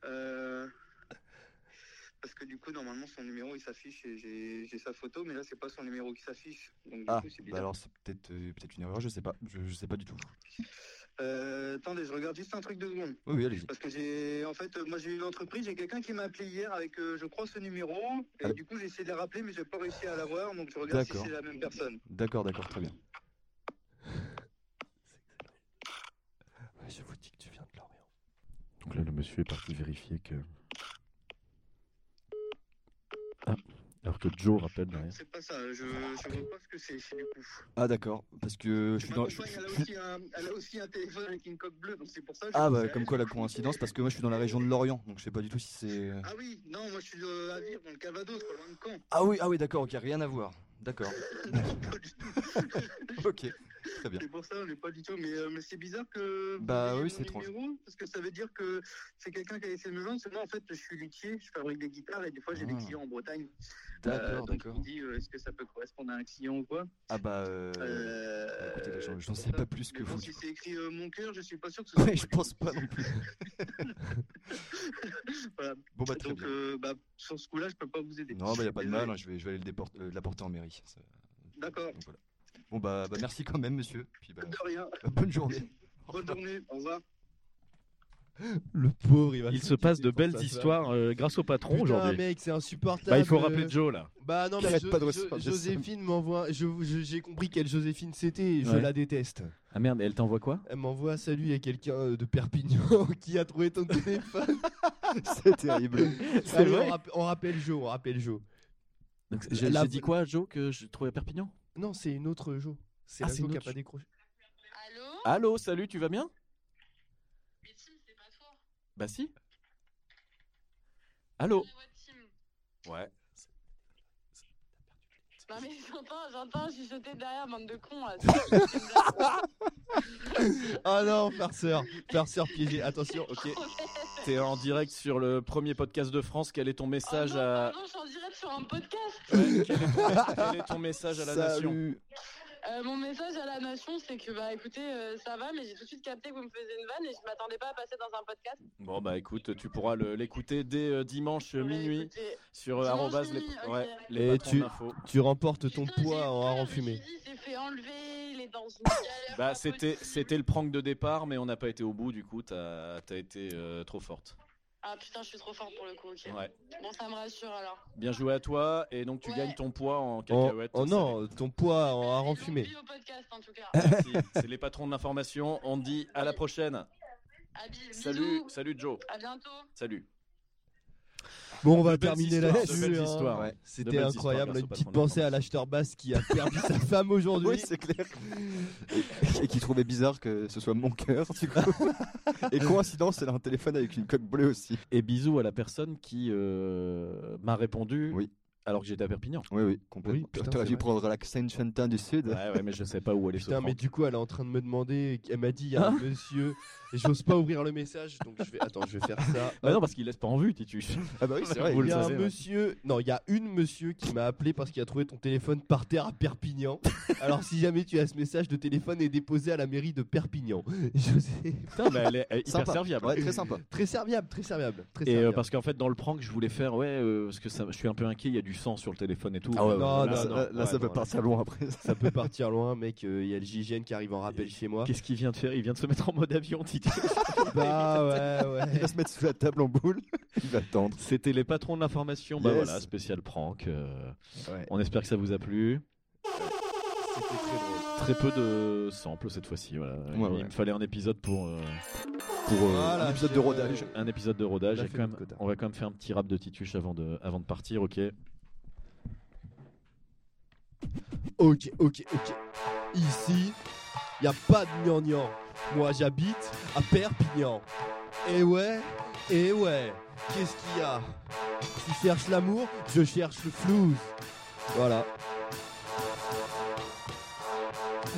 I: Euh, Parce que du coup, normalement, son numéro il s'affiche et j'ai j'ai sa photo, mais là, c'est pas son numéro qui s'affiche. Donc, du
E: Ah,
I: coup, c'est
E: bah
I: bizarre.
E: alors c'est peut-être euh, peut-être une erreur, je sais pas, je, je sais pas du tout.
I: Euh, attendez, je regarde juste un truc de secondes.
E: Oui, oui, allez-y.
I: Parce que j'ai. En fait, euh, moi, j'ai eu une entreprise, j'ai quelqu'un qui m'a appelé hier avec, euh, je crois, ce numéro. Et
E: Ah.
I: du coup, j'ai essayé de la rappeler, mais j'ai pas réussi à l'avoir. Donc, je regarde si
E: D'accord.
I: c'est la même personne.
E: D'accord, d'accord, très bien.
F: Ouais, je vous dis que tu viens de l'Orient.
D: Donc là, le monsieur est parti vérifier que. Ah, alors que Joe rappelle derrière.
I: C'est pas ça, je, je vois pas ce que c'est, du coup.
E: Ah d'accord, parce que je suis
I: Ma
E: dans. je-
I: compagne, elle, a
E: je-
I: aussi un, elle a aussi un téléphone avec une coque bleue, donc c'est pour ça. que je
E: Ah
I: pensais
E: bah
I: à
E: comme
I: elle.
E: quoi la coïncidence, parce que moi je suis dans la région de Lorient, donc je sais pas du tout si c'est. euh,
I: Ah oui, non, moi je suis de à Vire, dans le Calvados, pas loin de Caen. (laughs)
E: Ah oui, ah oui, d'accord, ok, rien à voir. D'accord,
I: Non, pas du tout.
E: ok. Très bien.
I: C'est pour ça, on n'est pas du tout. Mais, euh, mais c'est bizarre que.
E: Bah
I: vous
E: oui,
I: ayez mon
E: c'est étrange.
I: numéro, Parce que ça veut dire que c'est quelqu'un qui a essayé de me vendre. Parce que Moi, en fait, je suis luthier, je fabrique des guitares et des fois, j'ai des
E: Ah.
I: clients en Bretagne. Euh,
E: D'accord,
I: donc, je
E: d'accord.
I: me dis, euh, est-ce que ça peut correspondre à un client ou quoi
E: Ah bah. euh,
I: Euh,
E: bah, écoutez, là, j'en- j'en
I: c'est
E: sais
I: ça.
E: pas plus que
I: Mais bon,
E: vous.
I: Si
E: du
I: c'est écrit euh, mon cœur, je suis pas sûr que ce
E: coup. (laughs)
I: soit.
E: Ouais,
I: moi
E: je
I: qui-
E: pense pas non plus.
I: (laughs) Voilà.
E: Bon bah très
I: Donc,
E: bien.
I: euh, bah, sur ce coup-là, je peux pas vous aider.
E: Non, bah y a pas de
I: Désolé.
E: mal, hein, je vais, je vais aller le déporter- euh, l'apporter en mairie. ça-
I: D'accord.
E: donc voilà. Bon bah, bah, merci quand même, monsieur. Puis bah,
I: De rien.
E: (laughs) bonne journée.
I: Bonne journée. Au revoir.
F: Le pauvre, il va
D: Il se passe de
F: quitter pour
D: belles
F: sa
D: histoires euh, grâce au patron
F: Putain,
D: aujourd'hui.
F: mec, c'est insupportable.
D: Bah, il faut rappeler Joe là.
F: Bah non,
E: Qui
F: mais
E: arrête
F: Jo-
E: pas de
F: Jo-
E: recevoir des
F: Joséphine m'envoie. je- je- J'ai compris quelle Joséphine c'était. et Je
D: Ouais.
F: la déteste.
D: Ah merde, elle t'envoie quoi
F: Elle m'envoie salut à quelqu'un euh, de Perpignan (laughs) qui a trouvé ton
D: (laughs)
F: téléphone.
E: C'est terrible.
F: Allez, on, rappe- on rappelle Jo, on rappelle Jo.
D: Donc, je,
F: La-
D: je dis quoi, Joe, que je trouvais à Perpignan
F: Non, c'est une autre Jo. C'est
D: Ah,
F: la
D: c'est
F: Jo
D: une
F: qui a
D: autre
F: pas
D: Jo.
F: décroché.
C: Allô
D: Allô, salut, tu vas bien
C: Mais Tim, c'est pas toi.
D: Bah si. Allô
E: Ouais.
C: Non mais j'entends, j'entends, je suis jeté derrière, bande de cons.
F: Ah non, farceur, farceur
D: (laughs)
F: piégé. Attention, ok.
D: T'es en direct sur le premier podcast de France. Quel est ton message à
C: Oh Non, je suis en direct sur un podcast.
D: Ouais, quel, est ton... quel est ton message à la nation
E: Salut.
C: Euh, mon message à la nation, c'est que bah écoutez, euh, ça va, mais j'ai tout de suite capté que vous me faisiez une vanne et je m'attendais pas à passer dans un podcast.
D: Bon bah écoute, tu pourras le- l'écouter dès euh, dimanche
C: Ouais,
D: minuit
C: écoutez,
D: sur euh,
C: Dimanche
D: arrobase les,
C: minuit, ok.
D: ouais,
F: Et
D: les patrons
F: tu-
D: d'info.
F: Tu remportes ton
C: putain, j'ai eu
F: poids en
C: peur,
F: hareng
C: je me
F: fumé.
C: suis dit, Il s'est fait enlever, il est dans une galère.
D: Bah
C: pas
D: c'était
C: possible.
D: c'était le prank de départ, mais on n'a pas été au bout. Du coup, t'as as été euh, trop forte.
C: Ah putain, je suis trop forte pour le coup, ok.
D: Ouais.
C: Bon, ça me rassure alors.
D: Bien joué à toi et donc tu
C: Ouais.
D: gagnes ton poids en
F: En-
D: cacahuètes.
F: Oh, non, ton poids en hareng
C: Longue
F: fumé.
C: vie au podcast en tout cas.
D: Merci. C'est les patrons de l'information. On dit à la prochaine.
C: À bis-
D: Salut,
C: bisous,
D: salut Joe.
C: à bientôt.
D: Salut.
F: Bon, on
D: De
F: va
D: belles
F: terminer
D: histoires,
F: là-dessus.
D: de belles
F: hein.
D: histoires, ouais. De
F: C'était
D: belles
F: incroyable.
D: histoires grâce
F: Une
D: au
F: petite
D: patron de
F: pensée à
D: l'information.
F: l'acheteur basse qui a perdu sa femme aujourd'hui.
E: Oui, c'est clair. Et qui trouvait bizarre que ce soit mon cœur, du coup. (laughs) Et coïncidence, elle a un téléphone avec une coque bleue aussi.
D: Et bisous à la personne qui euh, m'a répondu
E: Oui.
D: alors que j'étais à Perpignan.
E: Oui, oui, complètement.
F: Oui, putain,
E: T'aurais
F: c'est
E: dû
F: vrai.
E: prendre l'accent chantin du Sud.
D: Ouais, ouais, mais je sais pas où aller
F: Putain, mais du coup, elle est en train de me demander. Elle m'a dit, il y
D: Hein
F: a un monsieur. Et j'ose pas ouvrir le message, donc je vais. Attends, je vais faire ça.
D: Bah non, parce qu'il laisse pas en vue, Titus.
E: Ah bah oui, c'est vrai.
D: Vous
F: Il y a
D: le
F: un
D: savez, hein. ouais.
F: monsieur. Non, il y a une monsieur qui m'a appelé parce qu'il a trouvé ton téléphone par terre à Perpignan. Alors, si jamais tu as ce message, le téléphone est déposé à la mairie de Perpignan. (laughs) Je sais.
D: Putain, mais elle est elle est hyper
E: Sympa.
D: serviable.
E: Ouais, très sympa.
F: Très serviable, très serviable. Très
D: Et euh,
F: serviable.
D: parce qu'en fait, dans le prank, je voulais faire, ouais, euh, parce que ça, je suis un peu inquiet, il y a du sang sur le téléphone et tout.
E: Ah ouais, ouais,
F: Non,
E: là,
F: non,
E: ça-
F: non.
E: là, là,
D: Ouais,
E: ça peut
D: non,
E: partir loin après.
F: Ça peut partir loin, mec. euh, Il y a le JGN qui arrive en rappel chez moi.
D: Qu'est-ce qu'il vient de faire Il vient de se mettre en mode avion, Titus.
F: Bah ouais,
E: Il
F: ouais.
E: va se mettre sous la table en boule. Il va attendre.
D: C'était les patrons de l'information. Bah
E: Yes.
D: voilà, spécial prank. euh,
E: Ouais.
D: on espère que ça vous a plu. Très peu de samples cette fois-ci. Voilà. il,
E: ouais.
D: me fallait un épisode pour. euh,
E: Pour euh,
F: Voilà,
E: un épisode de
F: c'est-
E: rodage.
D: un épisode de rodage.
F: On a
D: et
F: fait
D: quand
F: notre
D: même-
F: quota.
D: on va quand même faire un petit rap de Titus avant de, avant de partir, ok
F: Ok, ok, ok. Ici, y a pas de gnangnan. Moi, j'habite à Perpignan. Eh ouais, eh ouais. Qu'est-ce qu'il y a Tu cherches l'amour, je cherche le flouze. Voilà.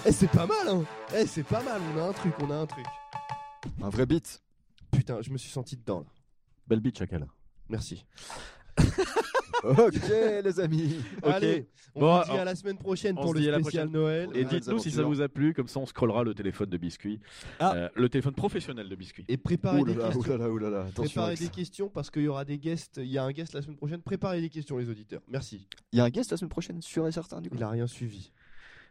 F: Eh, c'est pas mal, hein Eh, c'est pas mal. On a un truc, on a un truc.
E: Un vrai beat.
F: Putain, je me suis senti dedans, là.
D: Belle bite, chacal.
F: Merci.
E: ok, les amis.
D: Ok.
F: Allez, on
D: Bon,
F: se dit
D: on-
F: à la semaine prochaine
D: on
F: pour
D: se
F: le
D: dit à la
F: spécial Noël.
D: Et
E: Ouais,
D: dites-nous
E: les
D: si ça
E: aventures.
D: vous a plu, comme ça on scrollera le téléphone de Biscuit.
F: Ah.
D: Euh, le téléphone professionnel de Biscuit.
F: Et préparez des
E: Oulala,
F: questions.
E: oulala, oulala. Attention.
F: Préparez
E: avec
F: des
E: ça.
F: questions parce qu'il y aura des guests. Il y a un guest la semaine prochaine. Préparez des questions, les auditeurs. Merci.
E: Il y a un guest la semaine prochaine, sûr et certain, du coup.
F: Il a rien suivi.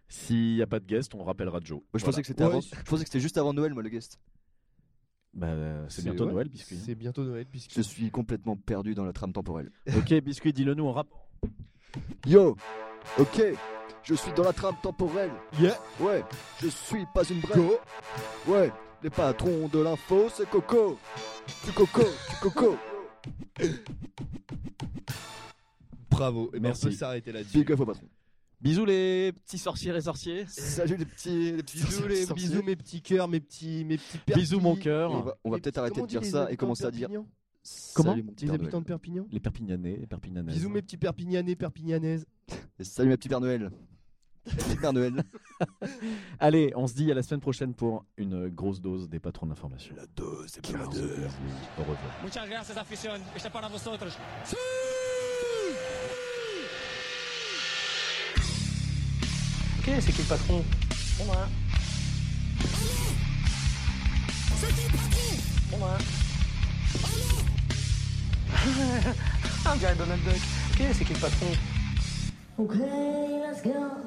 D: S'il n'y a pas de guest, on rappellera Joe.
E: Moi, je,
D: Voilà.
E: pensais que c'était
F: Ouais,
E: avant-
F: c'est-
E: je pensais que c'était juste avant Noël, moi, le guest.
D: Bah, euh, c'est
F: C'est-
D: bientôt
F: ouais.
D: Noël, Biscuit.
F: C'est bientôt Noël puisque.
E: Je suis complètement perdu dans la trame temporelle.
D: ok, Biscuit, dis-le nous en rap.
E: Yo Ok Je suis dans la trame temporelle.
F: Yeah,
E: Ouais Je suis pas une brève.
F: go.
E: Ouais Les patrons de l'info, c'est Coco Tu Coco Tu (laughs) Coco
F: Bravo. Et
D: Merci.
F: on peut s'arrêter là-dessus.
E: Big up au patron.
D: Bisous les petits sorcières et sorciers.
E: Salut les petits... Les petits
F: Bisous, les,
E: sorciers.
F: bisous mes petits cœurs, mes petits, mes petits. Perpis.
D: Bisous mon
E: Et On
D: cœur.
E: va, on va
F: Les
E: peut-être
F: petits-
E: arrêter de
F: comment on dit
E: dire
F: les
E: ça
F: habitants
E: et commencer à dire...
F: Perpignan
D: Comment
E: Salut mon petit
F: Les
E: Père
F: habitants
E: Noël.
F: de Perpignan.
D: Les Perpignanais, les Perpignanaises.
F: Bisous mes petits Perpignanais, Perpignanaises.
E: Et Salut ma petite Père Noël. Père (laughs) Noël.
D: Allez, on se dit à la semaine prochaine pour une grosse dose des patrons d'information. La dose des patrons Au revoir.
A: Muchas gracias, afición. Esta para vosotros.
B: Ok, c'est qui le patron C'est moi. C'est moi. On dirait Donald Duck. Ok, c'est qui le patron
J: Okay, let's go.